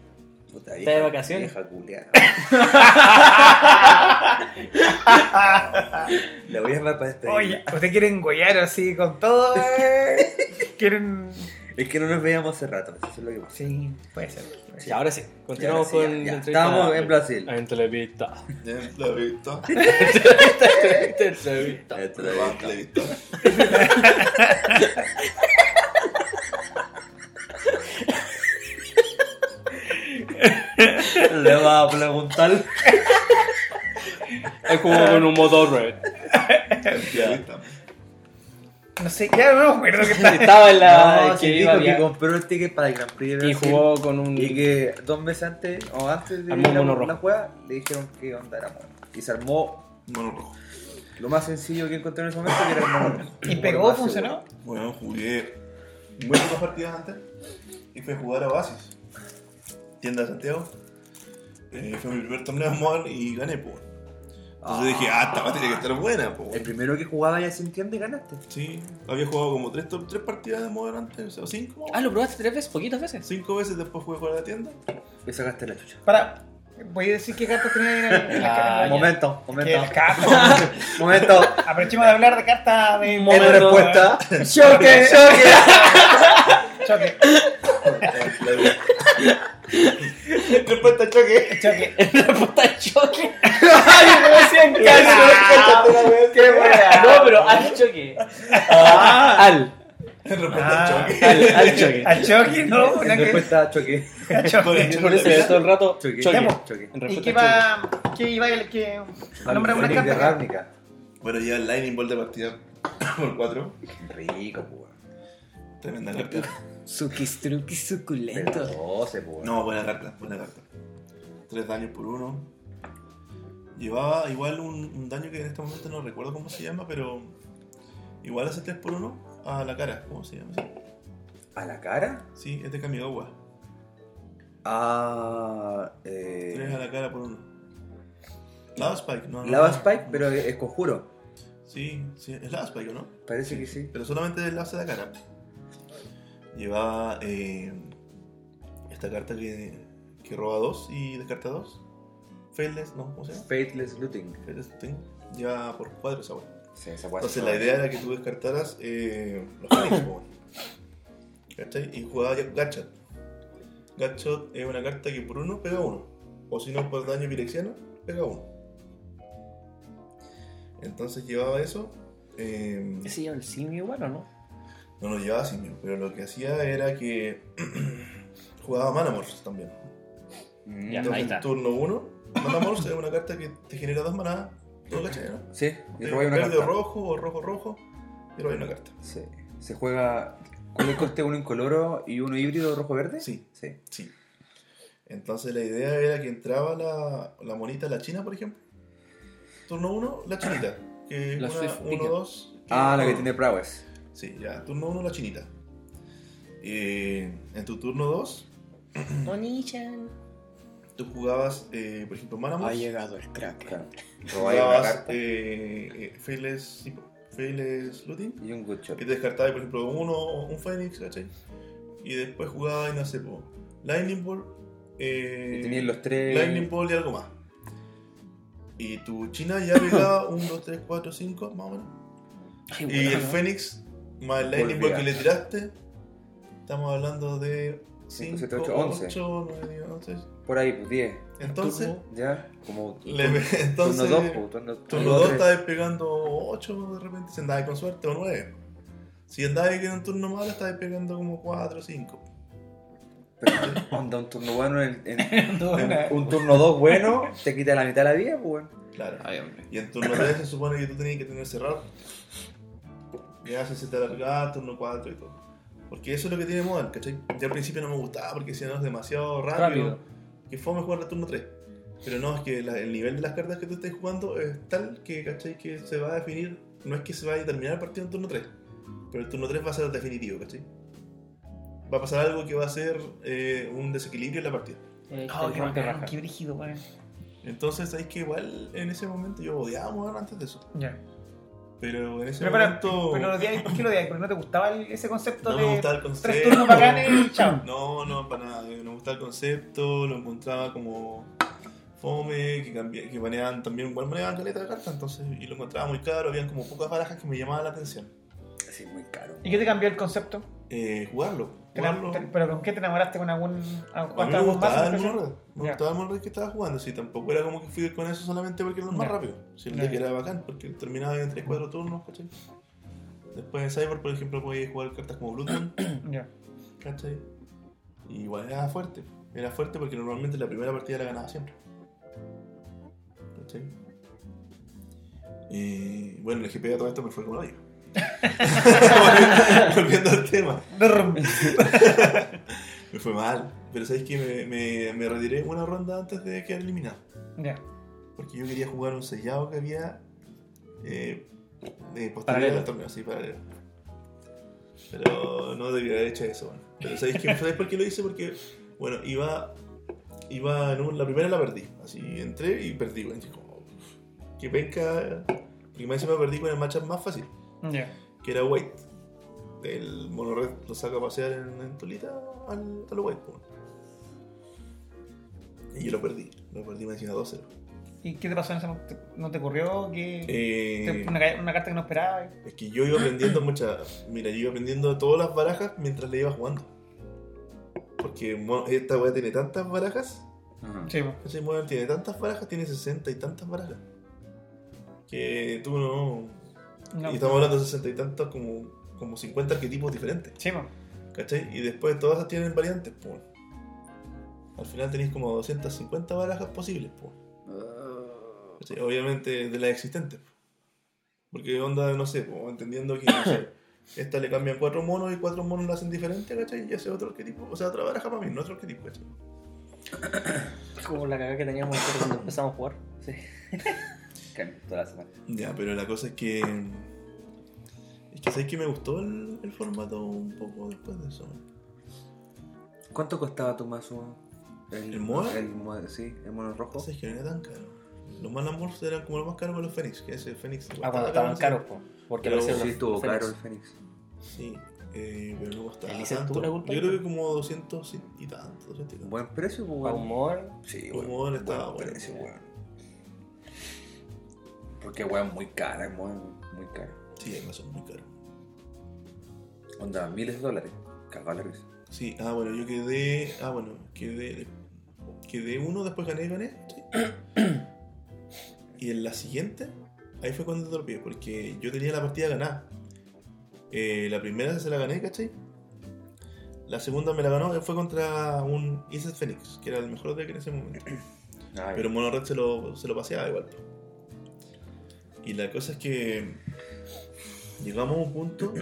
Puta, Está de vacaciones. Vieja culiada. La voy a llamar para este despedirla. Oye, ¿ustedes quieren engollar así con todo? eh? ¿Quieren...? Es que no nos veíamos hace rato, eso es lo que pasa. Sí, puede ser. Ya, ahora sí. Continuamos Ya, ahora sí, ya, con. ya. la entrevista. Estábamos en Brasil. Entrevista. Ya, La he visto. Entrevista. Esto lo La he voy visto. a- Le va a preguntar. Es como con un motor red. La he visto. No sé, ya no me acuerdo qué tal. Estaba en la. No, que sí, iba dijo que bien. compró el ticket para el Gran Prix de Y Brasil. jugó con un. Y que dos meses antes o antes de Armó la, mono rojo. la juega, le dijeron que onda era mono. Y se armó Mono rojo. Lo más sencillo que encontré en ese momento que era el mono. ¿Y pegó? ¿Funcionó? Bueno, jugué muy pocas partidas antes y fui a jugar a Oasis, tienda de Santiago. Eh, fue mi primer torneo Mall y gané, pues. Entonces dije, ah, esta va tiene que estar buena, pues. El primero que jugaba ya se entiende, ganaste. Sí, había jugado como tres, to- tres partidas de Modern antes, o cinco. Ah, lo probaste tres veces, poquitas veces. Cinco veces después fui a jugar a la tienda. Y sacaste la chucha. Para, voy a decir qué cartas tenía en el- en la Ah, carta. momento, Que las momento, cartas. momento. Aprovechemos de hablar de cartas de En respuesta. eh. Choque, choque. eh, choque, respuesta choque. choque. Puta choque. Qué buena. No, pero al choque. Al. En respuesta Ah. choque. Al, al choque. Al choque, no, En mira que. respuesta choque. a choque. Con el Por eso choque. todo el rato Choque. choque. Choque. En ¿Y respuesta qué al choque. iba, qué iba, el- qué nombre de una Fénix de carta? Ravnica. Bueno, ya el Lightning Ball de partida por cuatro. Rico, púa. Tremenda carta. Suquis, truquis, Pero suculento. 12, púa. No, buena carta, buena carta. Tres daños por uno. Llevaba igual un, un daño que en este momento no recuerdo cómo se llama, pero igual hace tres por uno a la cara, ¿cómo se llama? ¿A la cara? Sí, este cambio de agua. Ah. Tres a Eh, la cara por uno. Lava Spike, no. no, Lava no. Spike, pero es es conjuro. Sí, sí, es Lava Spike, ¿o no? Parece que sí. Pero solamente el lazo de la cara. Llevaba eh, esta carta que, que roba dos y descarta dos. Faithless, no, ¿cómo se llama? Faithless Looting. Faithless Thing. Lleva por cuatro esa wea. Sí, esa guay. Entonces la idea era que tú descartaras eh, los Fénix, po, weón. ¿Cachai? Y jugaba ya Gatchat. Gatchat es una carta que por uno pega uno. O si no, por daño pirexiano, pega uno. Entonces llevaba eso. eh, ¿Ese lleva el simio igual o no? no lo llevaba sin mí, pero lo que hacía era que jugaba Manamorphs también. Ya, ahí Entonces, está. turno 1, Manamorphs es una carta que te genera dos manadas. ¿Tú cachai, no? Sí, y Eh, robáis una Verde o carta. rojo o rojo rojo, y robáis una carta. Sí. Se juega con el coste uno incoloro y uno híbrido rojo-verde. Sí. sí. Sí. Entonces la idea era que entraba la, la monita, la china, por ejemplo. Turno 1, la chinita. Que La una, Swift uno, Picker. dos. Ah, la que uno. tiene Prowess. Sí, ya, turno 1, la chinita. Eh, en tu turno 2, Bonichan. tú jugabas, eh, por ejemplo, Manamos. llegado el crack. Claro. Robáis una jugabas carta eh, eh, Fearless, sí, po, Fearless Looting. y un good shot. Y te descartabas, por ejemplo, uno, un Fénix, ¿cachai? Y después jugabas, no sé, po, Lightning Ball. Eh, Y tenías los tres. Lightning Ball y algo más. Y tu China ya pegaba 1, 2, 3, 4, 5, más o menos. Y el Fénix más el Lightning Ball que le tiraste, estamos hablando de Cinco, 5, siete, 8, ocho, once. 9, 10, 11. Por ahí, pues 10. Entonces, Ya, como. le, turno- entonces turno 2, pues. Turno, turno 2 estabas pegando 8 de repente, si andabas con suerte, o 9. Si andabas en un turno malo, estabas pegando como 4 o 5. Pero onda un turno bueno en, en- Una- un turno 2 bueno, te quita la mitad de la vida, pues bueno. Claro. Ay, hombre. Y en turno 3 se supone que tú tenías que tener cerrado. Ya se se te alargaba, turno 4 y todo. Porque eso es lo que tiene Modern, ¿cachai? Ya al principio no me gustaba porque si no es demasiado rápido. Rápido. Que fome jugar la turno 3. Pero no, es que la- el nivel de las cartas que tú estás jugando es tal que, ¿cachai? Que se va a definir. No es que se vaya a terminar el partido en turno 3. Pero el turno 3 va a ser definitivo, ¿cachai? Va a pasar algo que va a ser eh, un desequilibrio en la partida. Oh, qué bacán, qué brígido, weón. Entonces, es que igual en ese momento yo odiaba Modern antes de eso. Ya. Pero en ese Pero para, momento. pero lo odiáis- ¿por qué lo odiáis? Porque no te gustaba el- ese concepto no de me gustaba el concepto. tres turnos bacanes y chao. No, no, para nada. No me gustaba el concepto. Lo encontraba como fome. Que, cambi- que baneaban también. Igual baneaban caleta de cartas. Entonces, y lo encontraba muy caro. Habían como pocas barajas que me llamaban la atención. Así muy caro. ¿Y qué te cambió el concepto? Eh, jugarlo. ¿Te enam- jugarlo. te- ¿Pero con qué te enamoraste con algún... a- A mí jugaste me algún mazo gustaba en el especial? Monred. Me Ya. gustaba el Monred que estaba jugando. Sí, tampoco era como que fui con eso solamente porque era el más Ya. rápido. Si el Ya, deck ya. era bacán, porque terminaba en 3-4 turnos, ¿cachai? Después en Cyber, por ejemplo, podía jugar cartas como Blood Moon. Ya. ¿Cachai? Y igual era fuerte. Era fuerte porque normalmente la primera partida la ganaba siempre. ¿Cachai? Eh, bueno, el GP a todo esto me fue como el hoyo. Volviendo al tema. me fue mal. Pero sabéis que me, me- me retiré una ronda antes de quedar eliminado. Ya. Porque yo quería jugar un sellado que había eh, eh, Paralelo. posteriores al torneo, sí, paralelo. Pero no debía haber hecho eso, bueno. Pero ¿sabéis, qué- ¿sabéis por qué lo hice? Porque, bueno, iba, iba en un- la primera la perdí. Así entré y perdí, bueno, así como, que penca. Porque más encima perdí con el matchup más fácil, Ya. que era White. El monorred lo saca a pasear en, en Tolita al, a lo White, po. Y yo lo perdí, lo perdí más encima 2-0. ¿Y qué te pasó en ese momento? ¿No te ocurrió? ¿Qué? Eh, te- una, ca- una carta que no esperabas? Es que yo iba aprendiendo muchas. Mira, yo iba aprendiendo todas las barajas mientras le iba jugando. Porque mo- esta weá tiene tantas barajas. Sí, po. Ese modem tiene tantas barajas, tiene 60 y tantas barajas. Que tú no. No. Y estamos hablando de 60 y tantas como, como 50 arquetipos diferentes. Sí, po. ¿Cachai? Y después todas esas tienen variantes, pues. Al final tenéis como 250 barajas posibles, pues. Ah. Sí, obviamente de las existentes. po. Porque onda, no sé, po, entendiendo que no sé, esta le cambian cuatro monos y cuatro monos la hacen diferente, ¿cachai? Y ese otro arquetipo, o sea, otra baraja para mí, no otro arquetipo, ¿cachai? Como la cagada que teníamos nosotros cuando empezamos a jugar. Sí. Toda la semana. Ya, pero la cosa es que. Es que sabes que me gustó el, el formato un poco después de eso. ¿Cuánto costaba tu mazo? ¿El mono? El mono, sí, el mono rojo. Entonces, que no era tan caro. Los Manamors eran como lo más caro que los Fénix, que ese Fénix. Ah, costaba cuando estaban no sé. caros, po. Porque Pero lo hicieron Sí, los estuvo Fénix. caro el Fénix. Sí, eh, pero no costaba. Elisa, ¿tuvo tanto. la culpa? Yo creo que como 200 y tanto, 200 y tanto. Buen precio, pues, Pa' weón. humor. Sí, Como weón. modelo estaba buen bueno. precio, weón. Porque, weón, muy cara, weón. Muy cara. Sí, además son muy caros. Onda, miles de dólares. Cagado la risa. Sí, ah, bueno, yo quedé. Ah, bueno, quedé. Quedé uno, después gané, gané. sí. Y en la siguiente, ahí fue cuando torpeé, porque yo tenía la partida ganada. Eh, la primera se la gané, ¿cachai? La segunda me la ganó, eh, fue contra un Isis Phoenix, que era el mejor deck en ese momento. Ay, Pero Mono Red se lo, se lo paseaba igual. po. Y la cosa es que llegamos a un punto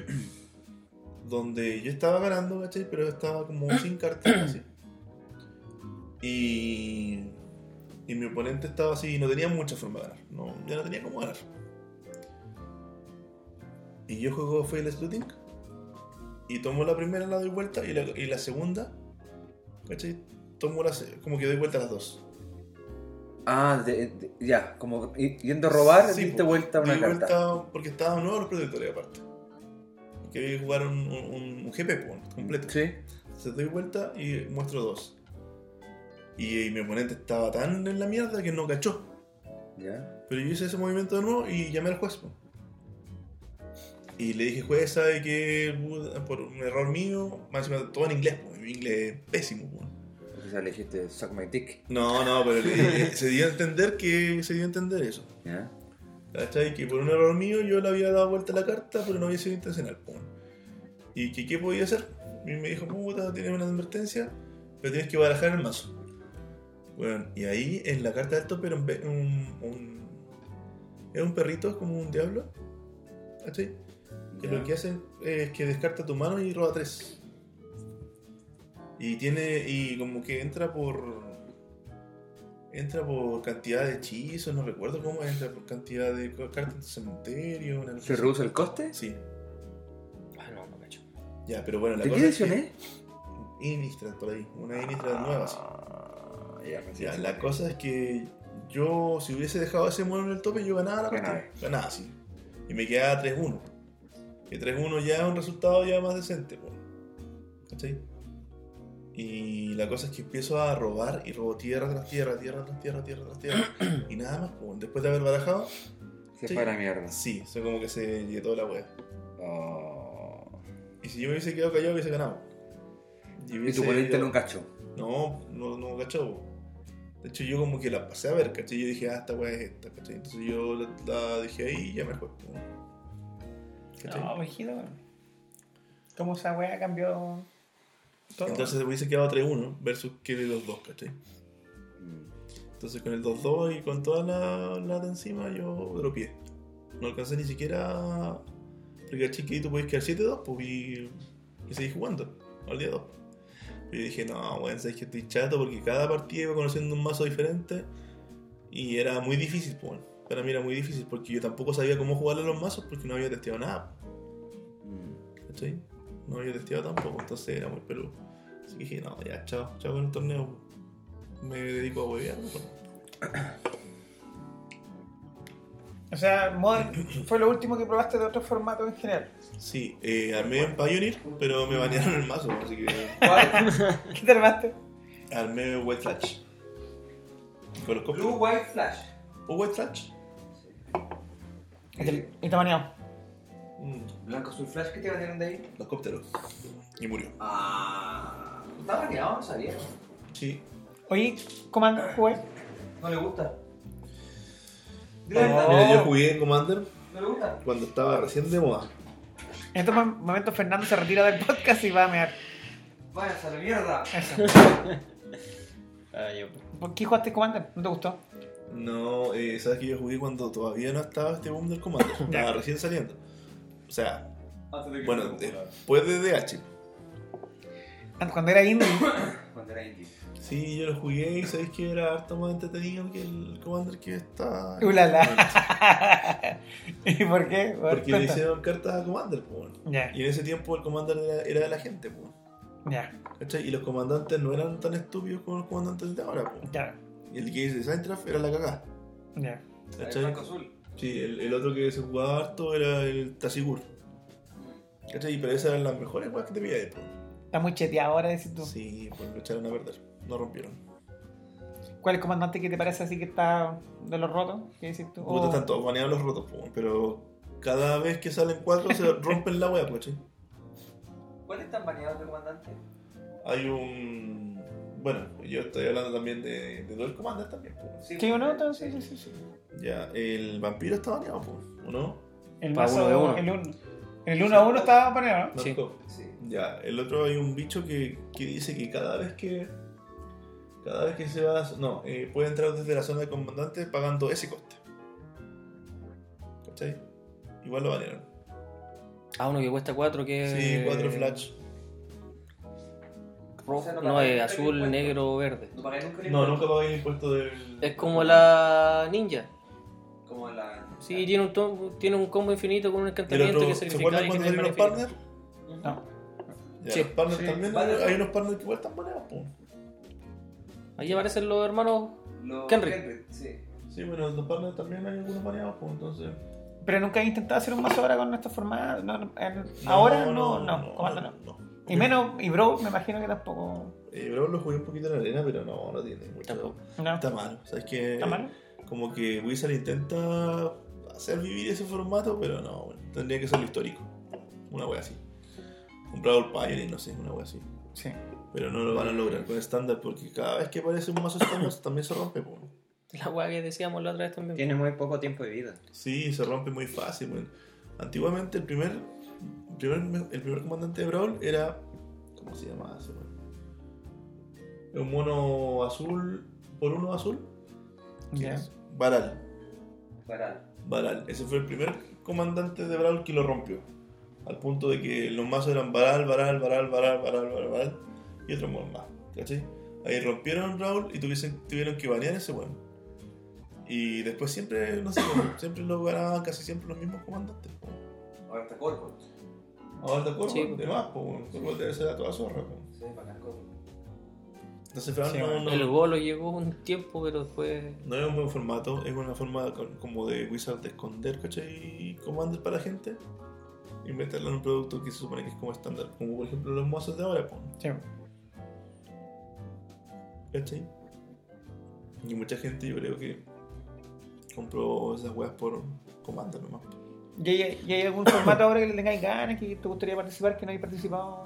donde yo estaba ganando, ¿cachai? Pero estaba como sin cartas así. Y, y mi oponente estaba así, no tenía mucha forma de ganar. No, ya no tenía cómo ganar. Y yo juego fue el Sluting. Y tomo la primera, la doy vuelta. Y la, y la segunda, ¿cachai? Tomo la, se- como que doy vuelta a las dos. Ah, de- de- ya, como i- yendo a robar, Sí, diste po. vuelta una Di carta. vuelta porque estaban nuevos los protectores aparte. Que había que jugar un, un, un- pues, un GP po, completo. Sí. Se doy vuelta y muestro dos. Y, y mi oponente estaba tan en la mierda que no cachó. Ya. Pero yo hice ese movimiento de nuevo y llamé al juez. po. Y le dije, juez, sabe que puta, por un error mío, más encima todo en inglés, po, mi inglés es pésimo. po. O sea, le dijiste, suck my dick. No, no, pero le dije- se dio a entender que se dio a entender eso. Ya. ¿Cachai? Que por un error mío yo le había dado vuelta a la carta, pero no había sido intencional. pum. ¿Y que, qué podía hacer? Y me dijo, puta, tienes una advertencia, pero tienes que barajar el mazo. Bueno, y ahí en la carta de alto, pero en vez- un, un- Es un perrito, es como un diablo. ¿Cachai? Que lo que hace es que descarta tu mano y roba tres. Y tiene. Y como que entra por. Entra por cantidad de hechizos, no recuerdo cómo entra, por cantidad de co- cartas de cementerio, una cosa ¿Se así. reduce el coste? Sí. Ah, no, no cacho. Ya, pero bueno, la ¿De qué cosa es que- lesioné? Innistrad por ahí, una Innistrad nueva. sí. Ah, ya, me Ya, la cosa es que yo, si hubiese dejado ese mono en el tope, yo ganaba la Ganaba. partida. Ganaba, sí. Y me quedaba 3-1. Que 3-1 ya es un resultado ya más decente, po. ¿Cachai? Y la cosa es que empiezo a robar y robo tierra tras tierra, tierra tras tierra, tierra tras tierra. y nada más, po. Después de haber barajado, Se Sí. fue a la mierda. sí, eso como que se llenó la wea. Oh. Y si yo me hubiese quedado callado, hubiese ganado. Y tu hubiese oponente ido- no cachó. No, no, no cachó. po. De hecho, yo como que la pasé a ver, ¿cachai? Yo dije, ah, esta weá es esta, ¿cachai? Entonces yo la, la dejé ahí y ya me fue. po. ¿Cachai? No, viejito. ¿Cómo esa wea cambió todo? Entonces hubiese quedado 3-1 versus que de 2-2, ¿cachai? Entonces con el 2-2 y con toda la lata encima yo dropié. No alcancé ni siquiera. Porque caché que tú podías quedar 7-2 pues, y, y seguir jugando al día 2. Y yo dije, no, bueno, sabes que estoy chato porque cada partida iba conociendo un mazo diferente y era muy difícil, pues. bueno. Para mí era muy difícil porque yo tampoco sabía cómo jugarle a los mazos porque no había testeado nada. ¿Cachai? No había testeado tampoco, entonces era muy peludo. Así que dije, no, ya, chao, chao con el torneo. Me dedico a huevear. ¿no? O sea, Modern fue lo último que probaste de otro formato en general. Sí, eh, armé en Pioneer, pero me banearon el mazo, así que ¿Qué te armaste? armé White Flash. Con los copos. Blue White Flash. ¿O White Flash? El, el tamaño. Mm, Blanco Azul Flash, ¿qué te banearon de ahí? los cópteros. Y murió. Ah. Está baneado, no sabía. Sí. Oye, comando, jugué. No le gusta. Dile la verdad, Mira, yo jugué en Commander no le gusta. cuando estaba recién de moda. En estos este mom- momentos Fernando se retira del podcast y va a mear. Vaya, a la mierda. Eso. Ah, yo. ¿Por qué jugaste Commander? ¿No te gustó? No, eh, sabes que yo jugué cuando todavía no estaba este boom del Commander. estaba recién saliendo. O sea, Antes de que bueno, se lo después de DH. Ah, Cuando era indie. ocurra. Cuando era indie. Sí, yo lo jugué y sabéis que era harto más entretenido que el Commander que está. Ulala. ¿Y por qué? A ver, Porque le cuenta. hicieron cartas a Commander, pues. bueno. Ya, Y en ese tiempo el Commander era, era de la gente, pues. bueno, ya, ¿Cachai? Y los comandantes no eran tan estúpidos como los comandantes de ahora, pues. ya, Y el que dice Seintraff era la cagada. ya. ¿Cachai? Blanco Eh, Azul. Sí, el, el otro que se jugaba harto era el Tasigur. ¿Cachai? Pero esas eran las mejores weas que te pilláis, pues. Está muy cheteado ahora, decís tú. Sí, pues lo echaron a perder. No rompieron. ¿Cuál es el comandante que te parece así que está de los rotos? ¿Qué decís tú? O- Puta, están todos baneados los rotos, po, pero cada vez que salen cuatro se rompen la wea, pues, ¿cachai? ¿Cuáles están baneados de comandante? Hay un. Bueno, yo estoy hablando también de, de Duel Commander también, po. Sí, uno, entonces, sí, sí, sí. Ya, el vampiro está baneado, pues, ¿o no? El Pa' mazo, uno de uno. el uno. En el 1 a 1 estaba paneado, ¿no? No, Sí. no. Sí. Ya, el otro hay un bicho que, que dice que cada vez que. Cada vez que se va. a- No, eh, puede entrar desde la zona de comandante pagando ese coste. ¿Cachai? Igual lo banearon. Ah, uno que cuesta 4 que es... Sí, cuatro flash. rojo- O sea, no no, pagáis es nunca el azul, impuesto. negro, verde. ¿No pagáis nunca el No, impuesto? nunca pagué el impuesto del. Es como la ninja. Como la. Sí, tiene un, to- tiene un combo infinito con un Del encantamiento Ah. otro, que ¿Se sacrifica acuerdan y cuando genera salieron los mana infinita. partners? No. Ya, Sí. los partners Sí. también. Vale. Hay unos partners que igual están baneados, pues. po. Ahí aparecen los hermanos. Lo... Kenrick. sí. Sí, bueno, los partners también hay algunos baneados, po, entonces. Pero nunca he intentado hacer un mazo ahora con estos formatos. No, no, en- ahora no, no, comando no. Y menos, y Bro, me imagino que tampoco. Eh, Brawl lo jugué un poquito en la arena, pero no, no tiene mucho. Tampoco. No. Está mal, o sea, es que. ¿Está mal? Como que Wizard intenta hacer vivir ese formato, pero no, bueno, tendría que ser lo histórico. Una wea así. Un Brawl Pioneer, no sé, una wea así. Sí. Pero no lo van a lograr con estándar porque cada vez que aparece un mazo estándar también se rompe, pues, po. La weá que decíamos la otra vez también. Tiene muy poco tiempo de vida. Sí, se rompe muy fácil, weón. Antiguamente el primer, el primer, el primer comandante de Brawl era. ¿Cómo se llamaba ese, weón? Era Un mono azul por uno azul. ¿Quién Ya. es? Varal. Para. Varal. Ese fue el primer comandante de Brawl que lo rompió. Al punto de que los mazos eran Varal, Varal, Varal, Varal, Varal, Varal, Varal y otro mono más. ¿Cachai? Ahí rompieron Brawl y tuviesen- tuvieron que banear ese weón. Y después siempre, no sé, weón, siempre lo ganaban casi siempre los mismos comandantes. po. Ahora está Corvo. Ahora está Sí, pues. Corbin, po. de más, po, weón. Corbin debe ser a toda zorra. po. Sí, bacán Corvo. Entonces, Fran, Sí, no, weón. no- El golo llegó un tiempo, pero después. no es un buen formato, es una forma con- como de Wizard de esconder, ¿cachai? Commander para la gente y meterlo en un producto que se supone que es como estándar, como por ejemplo los mozos de ahora, po, Sí. ¿cachai? Y mucha gente, yo creo que compró esas weas por Commander nomás. po. ¿Y hay, y hay algún formato ahora que le tengáis ganas, que te gustaría participar, que no hayas participado?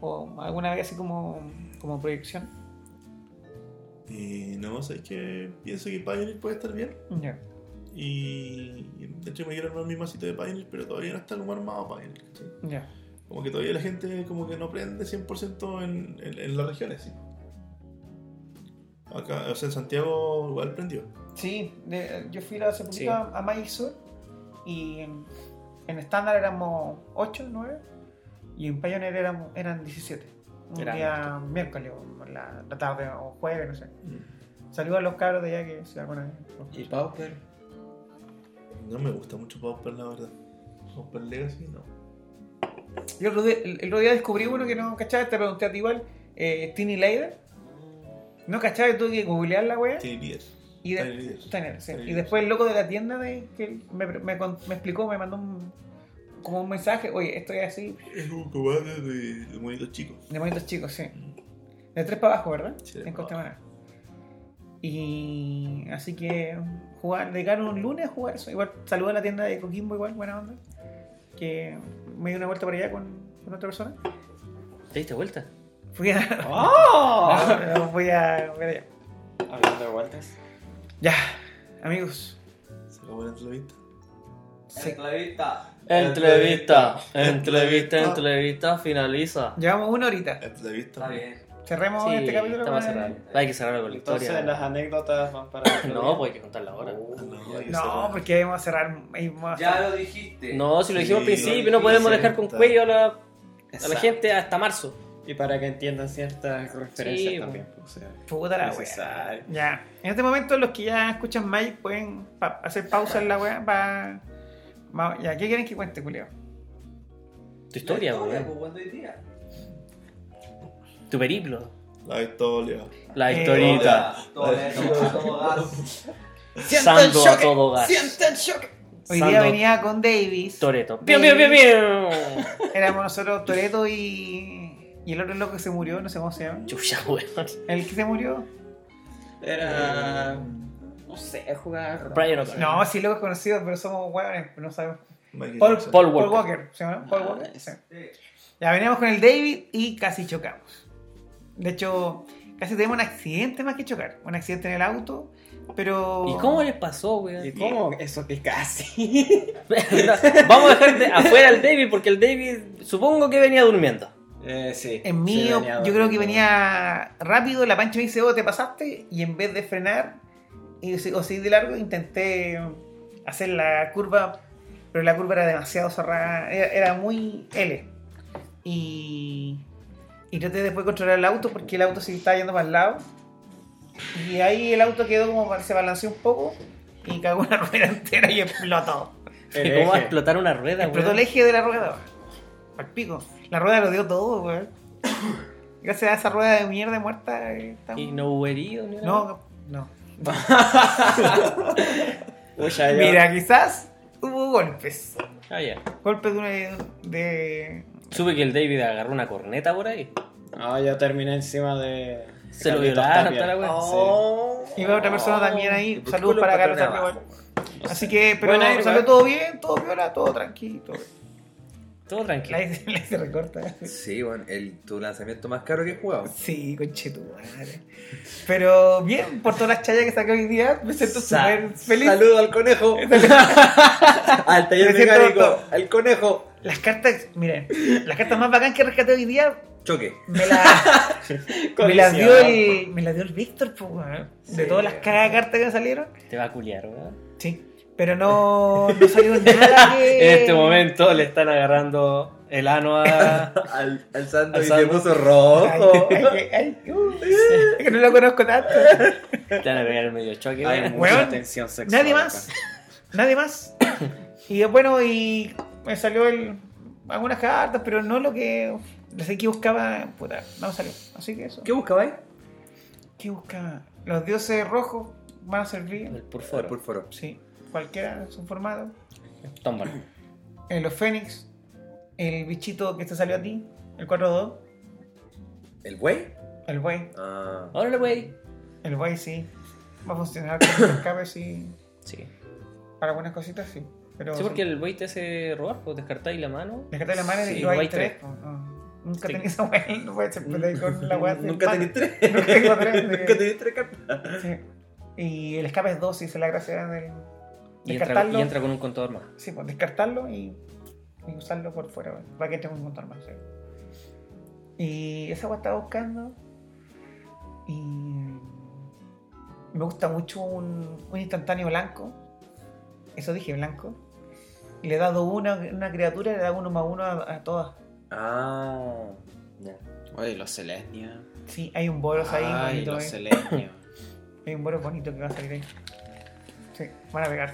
¿O alguna vez así como, como proyección? Y Eh, no, sé que pienso que Pioneer puede estar bien. Ya. Y y de hecho me quiero armar mi masito de Pioneer, pero todavía no está como armado Pioneer, ¿cachai? Ya. Como que todavía la gente como que no aprende 100% en, en, en las regiones, sí. Acá, o sea, en Santiago igual prendió. Sí, de- yo fui hace poquito Sí. a, a Magic Sur y en en estándar éramos 8, 9 y en Pioneer éramos, eran 17. Un Eran día miércoles o Mm. la, la tarde o jueves, no sé. Saludos a los cabros de allá que se alguna vez. ¿Y Pauper? No me gusta mucho Pauper, la verdad. Pauper Legacy, no. Yo el otro día, el- el otro día descubrí uno que no cachaba, te pregunté a ti igual, eh, Tiny Lader. No cachaba, yo tuve que googlear la wea. Tiene líder. Y, de- Tiny Tiny, sí. Leaders. Tiny y Leaders. después el loco de la tienda de, que me, me con- me explicó, me mandó un, como un mensaje, oye, esto es así, Es un cobarde de, de monitos chicos. de monitos chicos, sí. De tres para abajo, ¿verdad? Sí, de en para Costa Manada. Y así que jugar, dedicar un lunes a jugar eso. Igual saludo a la tienda de Coquimbo, igual, buena onda. Que me di una vuelta por allá con, con otra persona. ¿Te diste vuelta? Fui a. ¡Oh! Fui a. Mira allá. Hablando de vueltas. Ya, amigos. Se acabó la entrevista. sí. Entrevista, entrevista, entrevista, entrevista, finaliza. Llevamos una horita. La entrevista. Está bien. Cerremos Sí, este capítulo. está para con- cerrar. Hay que cerrarlo con la Entonces las historia. anécdotas van para... otro No, día. pues hay que contarla ahora. Ah, no, hay que No, cerrar. porque vamos a cerrar. ahí vamos a Ya cerrar. lo dijiste. No, si lo Sí, dijimos al principio, no sí, podemos sí, dejar con está. cuello a la, a la Exacto. gente hasta marzo. Y para que entiendan ciertas referencias Sí, también. pues, o sea, Puta la wea. necesario. Ya. En este momento, los que ya escuchan Magic pueden pa- hacer pausa en la wea. Pa... va- Ya, ¿qué quieren que cuente, Julio? Tu historia, güey. weón. Tu periplo. La historia. La Eh, historita. Todas, todas, todas. Sando a todo gas. Hoy Sando día venía con Davis. Toreto. Davis. ¡Piu, piu, piu, piu! Éramos nosotros Toreto y. Y el otro loco que se murió, no sé cómo se llama. Chucha, weón. El que se murió. Era. No sé, jugar. Brian O'Connor. No, sí, loco es conocido, pero somos hueones, no sabemos. Michael Paul, Jackson. Paul Paul Walker. Walker. ¿se llama? Paul Ah, Walker. ese. sí. Ya veníamos con el David y casi chocamos. De hecho, casi tenemos un accidente más que chocar. Un accidente en el auto, pero. ¿Y cómo les pasó, weón? ¿Y cómo? Eso que casi. Vamos a dejar de- afuera al David porque el David supongo que venía durmiendo. eh, sí. En Sí, mí, yo, venía yo creo que dormido. venía rápido, la pancha me dice, oh, te pasaste, y en vez de frenar y, se- o seguir de largo, intenté hacer la curva, pero la curva era demasiado cerrada, era, era muy L. Y, y traté después de controlar el auto porque el auto se estaba yendo para el lado. Y ahí el auto quedó como, se balanceó un poco y cagó una rueda entera y explotó. El ¿Cómo va a eje. explotar una rueda, Explotó weón? el eje de la rueda. Al pico. La rueda lo dio todo, weón. Gracias a esa rueda de mierda muerta. eh, estamos- Y no hubo herido ni nada. No, no. Uy, ya yo- Mira, quizás hubo golpes. Ah, ya. Golpes de una de. Supe que el David agarró una corneta por ahí. No, yo Ah, terminé encima de. Se lo Carlitos violaron, Tapia. toda la wea. Sí. Oh. Iba otra persona también ahí. por qué Saludos lo para Carlos empataron también, abajo, weón. Así que, pero Buena aire, salió weón. todo bien, todo viola, todo tranquilo. todo bien. Todo tranquilo. La hice- la hice recorta. Sí, bueno, el, tu lanzamiento más caro que he jugado. Sí, conchetumare. Pero bien, por todas las chayas que saqué hoy día, me siento Sa- súper feliz. Saludo al conejo. al taller Me siento mecánico. orto. Al conejo. Las cartas, miren, las cartas más bacán que rescaté hoy día Choque. me, la, me las dio Colisionado. el, me las dio el Víctor, pues, weón. De Sí. todas las caras de cartas que me salieron. Te va a culiar, weón. Sí. Pero no, no salió nada que... En este momento le están agarrando el ano a. Al, al santo Al y se santo. puso Ay, rojo. ay, ay, ay, uh, es que no lo conozco tanto. Te van a pegar el medio choque, Hay weón. mucha Weón, tensión sexual. Nadie más. Nadie más. Y bueno, y me salió el, algunas cartas, pero no lo que... No sé qué buscaba, puta, no me salió. Así que eso. ¿Qué buscabais? ¿Qué buscaba? Los dioses rojos van a servir. El Por purforo. foro. Sí, cualquiera su formato. Tómbola. Eh, los Fénix, el bichito que te salió a ti, el 4-2, ¿El güey? el buey, Ah. Órale, wey. el buey sí, va a funcionar con los escapes y Sí. para algunas cositas sí. Pero Sí, porque el wey te hace robar, pues descartáis la mano. Dejate la mano Sí, y no hay hay tres. tres. po, no. Nunca Sí. tenía esa weá, no puede ser puede ir con la weá. sin Nunca pan. tenéis tres. Nunca tengo tres. Nunca sí. tenéis tres cartas. Sí. Y el escape es 2, sí, esa es la gracia del. Y entra, Descartarlo. y entra con un contador más. Sí, pues descartarlo y, y usarlo por fuera, güey, para que tenga un montón más. sí. Y esa weá estaba buscando. Y me gusta mucho un, un instantáneo blanco. Eso dije, blanco. Y le he dado una, una criatura, le he dado uno más uno a, a todas. Ah. Ya. Oye, los Celestia. Sí, hay un boros ahí Ay, bonito. los eh. Celestia. Hay un boros bonito que va a salir ahí. Sí, van a pegar.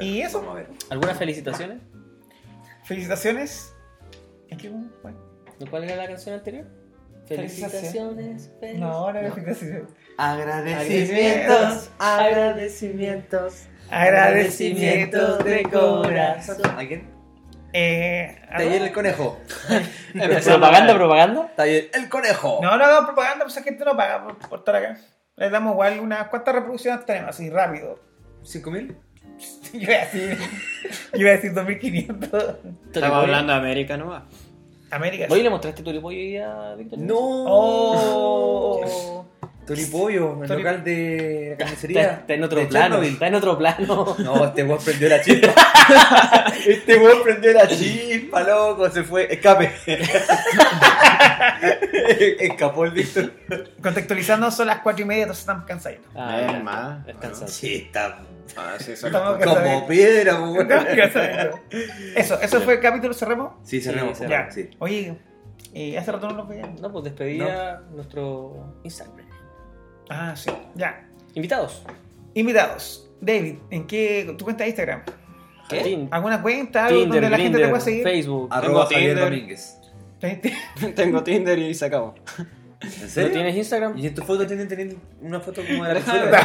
Y eso. Vamos a ver. ¿Algunas felicitaciones? Felicitaciones. Es que, bueno, ¿No cuál era la canción anterior? Felicitaciones, Felicitaciones, no, ahora es felicitaciones. Agradecimientos, agradecimientos, Agradecimientos de corazón. ¿A quién? Eh, Taller el conejo. ¿Propaganda, propaganda? Taller el conejo. No, no hagamos propaganda, pues la gente no paga por, por estar acá. Les damos igual unas cuantas reproducciones tenemos, así rápido. ¿Cinco mil? Yo iba a decir, yo iba a decir 2500. Estamos hablando de América nomás. América. ¿Voy y le mostraste tu pollo hoy a Víctor? No. Oh. Tulipollo, el Tulip- local de la carnicería. Está, está en otro de plano, Chernobyl. está en otro plano. No, este weón prendió la chispa. este weón prendió la chispa, loco. Se fue. Escape. Escapó el Víctor. Contextualizando, son las 4 y media, entonces estamos cansados. Ah, Ven, ya, ma. es cansado. Sí, está Ah, sí, son Estamos como cansados. piedra, weón. Estamos cansados. Eso, eso fue el capítulo, cerremos. Sí, cerremos. Sí, Ya. cerramos, sí. Oye, eh, hace rato no nos veíamos. No, pues despedía nuestro Instagram. Ah, sí. Ya. Invitados. Invitados. David, ¿en qué tu cuenta de Instagram? ¿Qué? ¿Alguna cuenta algo Tinder, donde la gente te Grindr, pueda seguir? Este, Facebook. Arroba Tengo Javier Tinder. Domínguez. los- Tengo Tinder y se acabó. ¿En ¿No serio? tienes Instagram? ¿Y en tu foto tienen, tienen una foto como de la Déjame consola?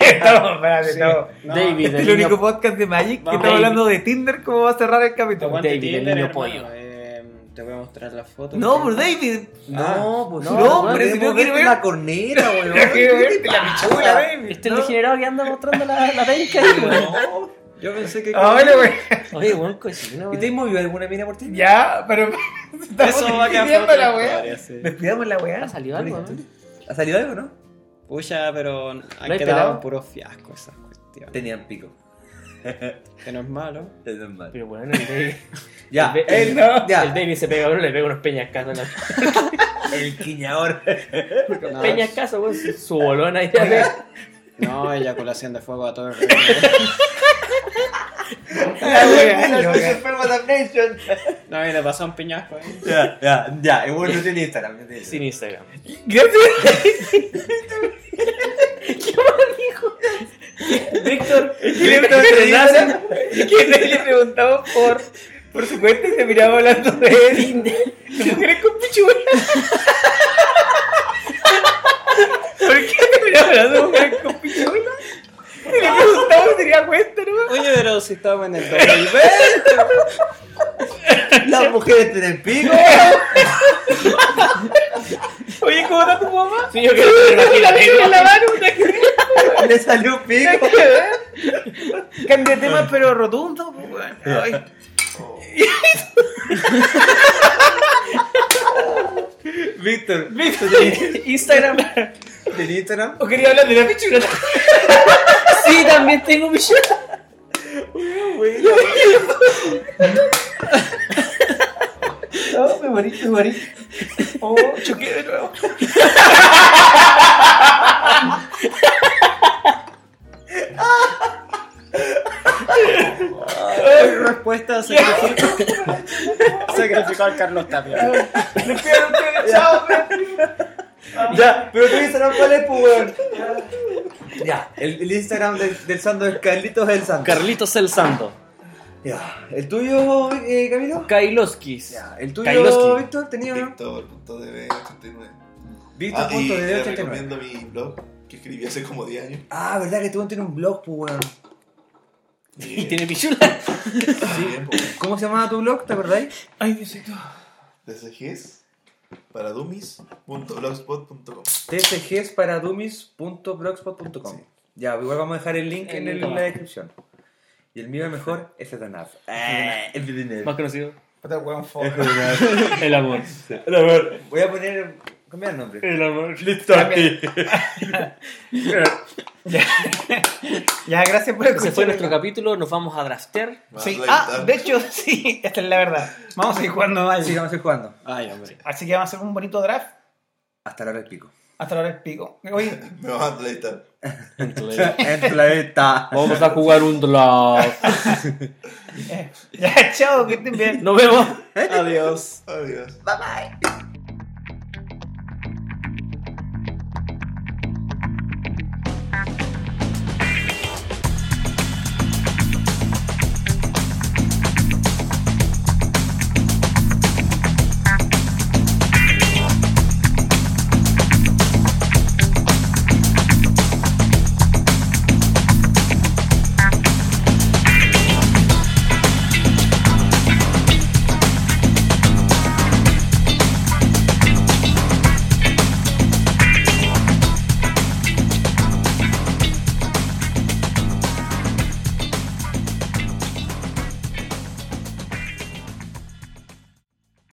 Estamos, espérate, estamos. No, Este David, es el el niño- único podcast de Magic que Vamos. está hablando de Tinder. ¿Cómo va a cerrar el capítulo? Aguante David, el Tinder, niño hermano. pollo. Eh, te voy a mostrar la foto. No, por David. No, pues no, no, hombre, si no queremos quiero ver ver- la cornera, weón. Yo quiero ¿Qué verte te Este la pasa? pichula, David. Este ¿no? degenerado que anda mostrando la, la penca. ahí, weón. Yo pensé que. Ah, bueno, güey. Oye, buen cochino. ¿Y weón. te has movido alguna mina por ti? Ya, pero. Eso va a quedar para despidiendo otra la weá. historia, sí. Despidamos la ¿Ha weá. salido algo? weón? ¿Ha salido algo, no? Pucha, pero han hay quedado pelado? puros fiascos esas cuestiones. Tenían pico. Que no es malo. Es normal. Pero bueno, el David. Ya, el, el- el, el ya, David se pega a uno, le pega unos peñascazos. en la- el quiñador. No, Peñascazos, weón, su- su bolón ahí. a ver. no, eyaculación de fuego a todo el La weá, la weá. No, y le pasó un piñasco ahí. Ya, ya, ya, el bueno no tiene Instagram. no tiene Sin Instagram. Instagram. Gracias. Víctor, Le preguntamos- que le preguntamos por, por su cuenta y te miraba hablando de él. De mujeres con pichula. ¿Por qué te miraba hablando de mujeres con pichula? Y le preguntamos si tenía cuenta, ¿no? Oye, pero si estamos en el 2020. Las mujeres tienen pico. Oye, ¿cómo está tu mamá? sí, yo creo que me La imagino. tengo en la mano, una que- Le salió un pico. Cambia de tema, pero rotundo. pues, weón. ¿eh? Ay. Víctor, Instagram. ¿tiene Instagram? O quería hablar de la pichula. Sí, también tengo mi show. No, me morí, me morí. Oh, choqué de nuevo. Su respuesta sacrificó, sacrificó al Carlos Tapia. Les pido a ustedes, chao, weón. Ya, pero tu Instagram cuál es, pues, weón. Ya, el, el Instagram del, del Sando es Carlitos del Sando. Carlitos el Santo. ya, ¿el tuyo, eh, Camilo? Kailoskis. Ya, ¿el tuyo, Kailoski. Víctor? ¿Tenía uno? Víctor.db89. Ah, y Víctor.db89. te recomiendo mi blog que escribí hace como 10 años. Ah, verdad que tú tiene un blog, pues, weón. Y tiene pichula. Sí. ¿Cómo se llamaba tu blog? ¿Te acordáis? Ay, Diosito. DSGs para dummies.blogspot.com. tcgsparadummies.blogspot.com Sí. Ya, igual vamos a dejar el link en, El link el- la abajo. descripción. Y el mío es mejor, es Satanás. Eh, el Más dinero. conocido. Puta, weón, Es fome. Satanás. El amor. Voy a poner. Cambiar el nombre. El amor. Ya, gracias por escuchar. Ese fue nuestro capítulo. Nos vamos a draftear. Sí. Ah, de hecho, sí, esta es la verdad. Vamos a ir jugando mal. Así que vamos a ir jugando. Ay, hombre. Así que vamos a hacer un bonito draft Hasta la hora del pico. hasta la hora del pico. Oye, Me vas a entrevistar. en la vista. Vamos a jugar un draft. eh, ya, chao, que estén bien. Nos vemos. Adiós. Adiós. Bye bye.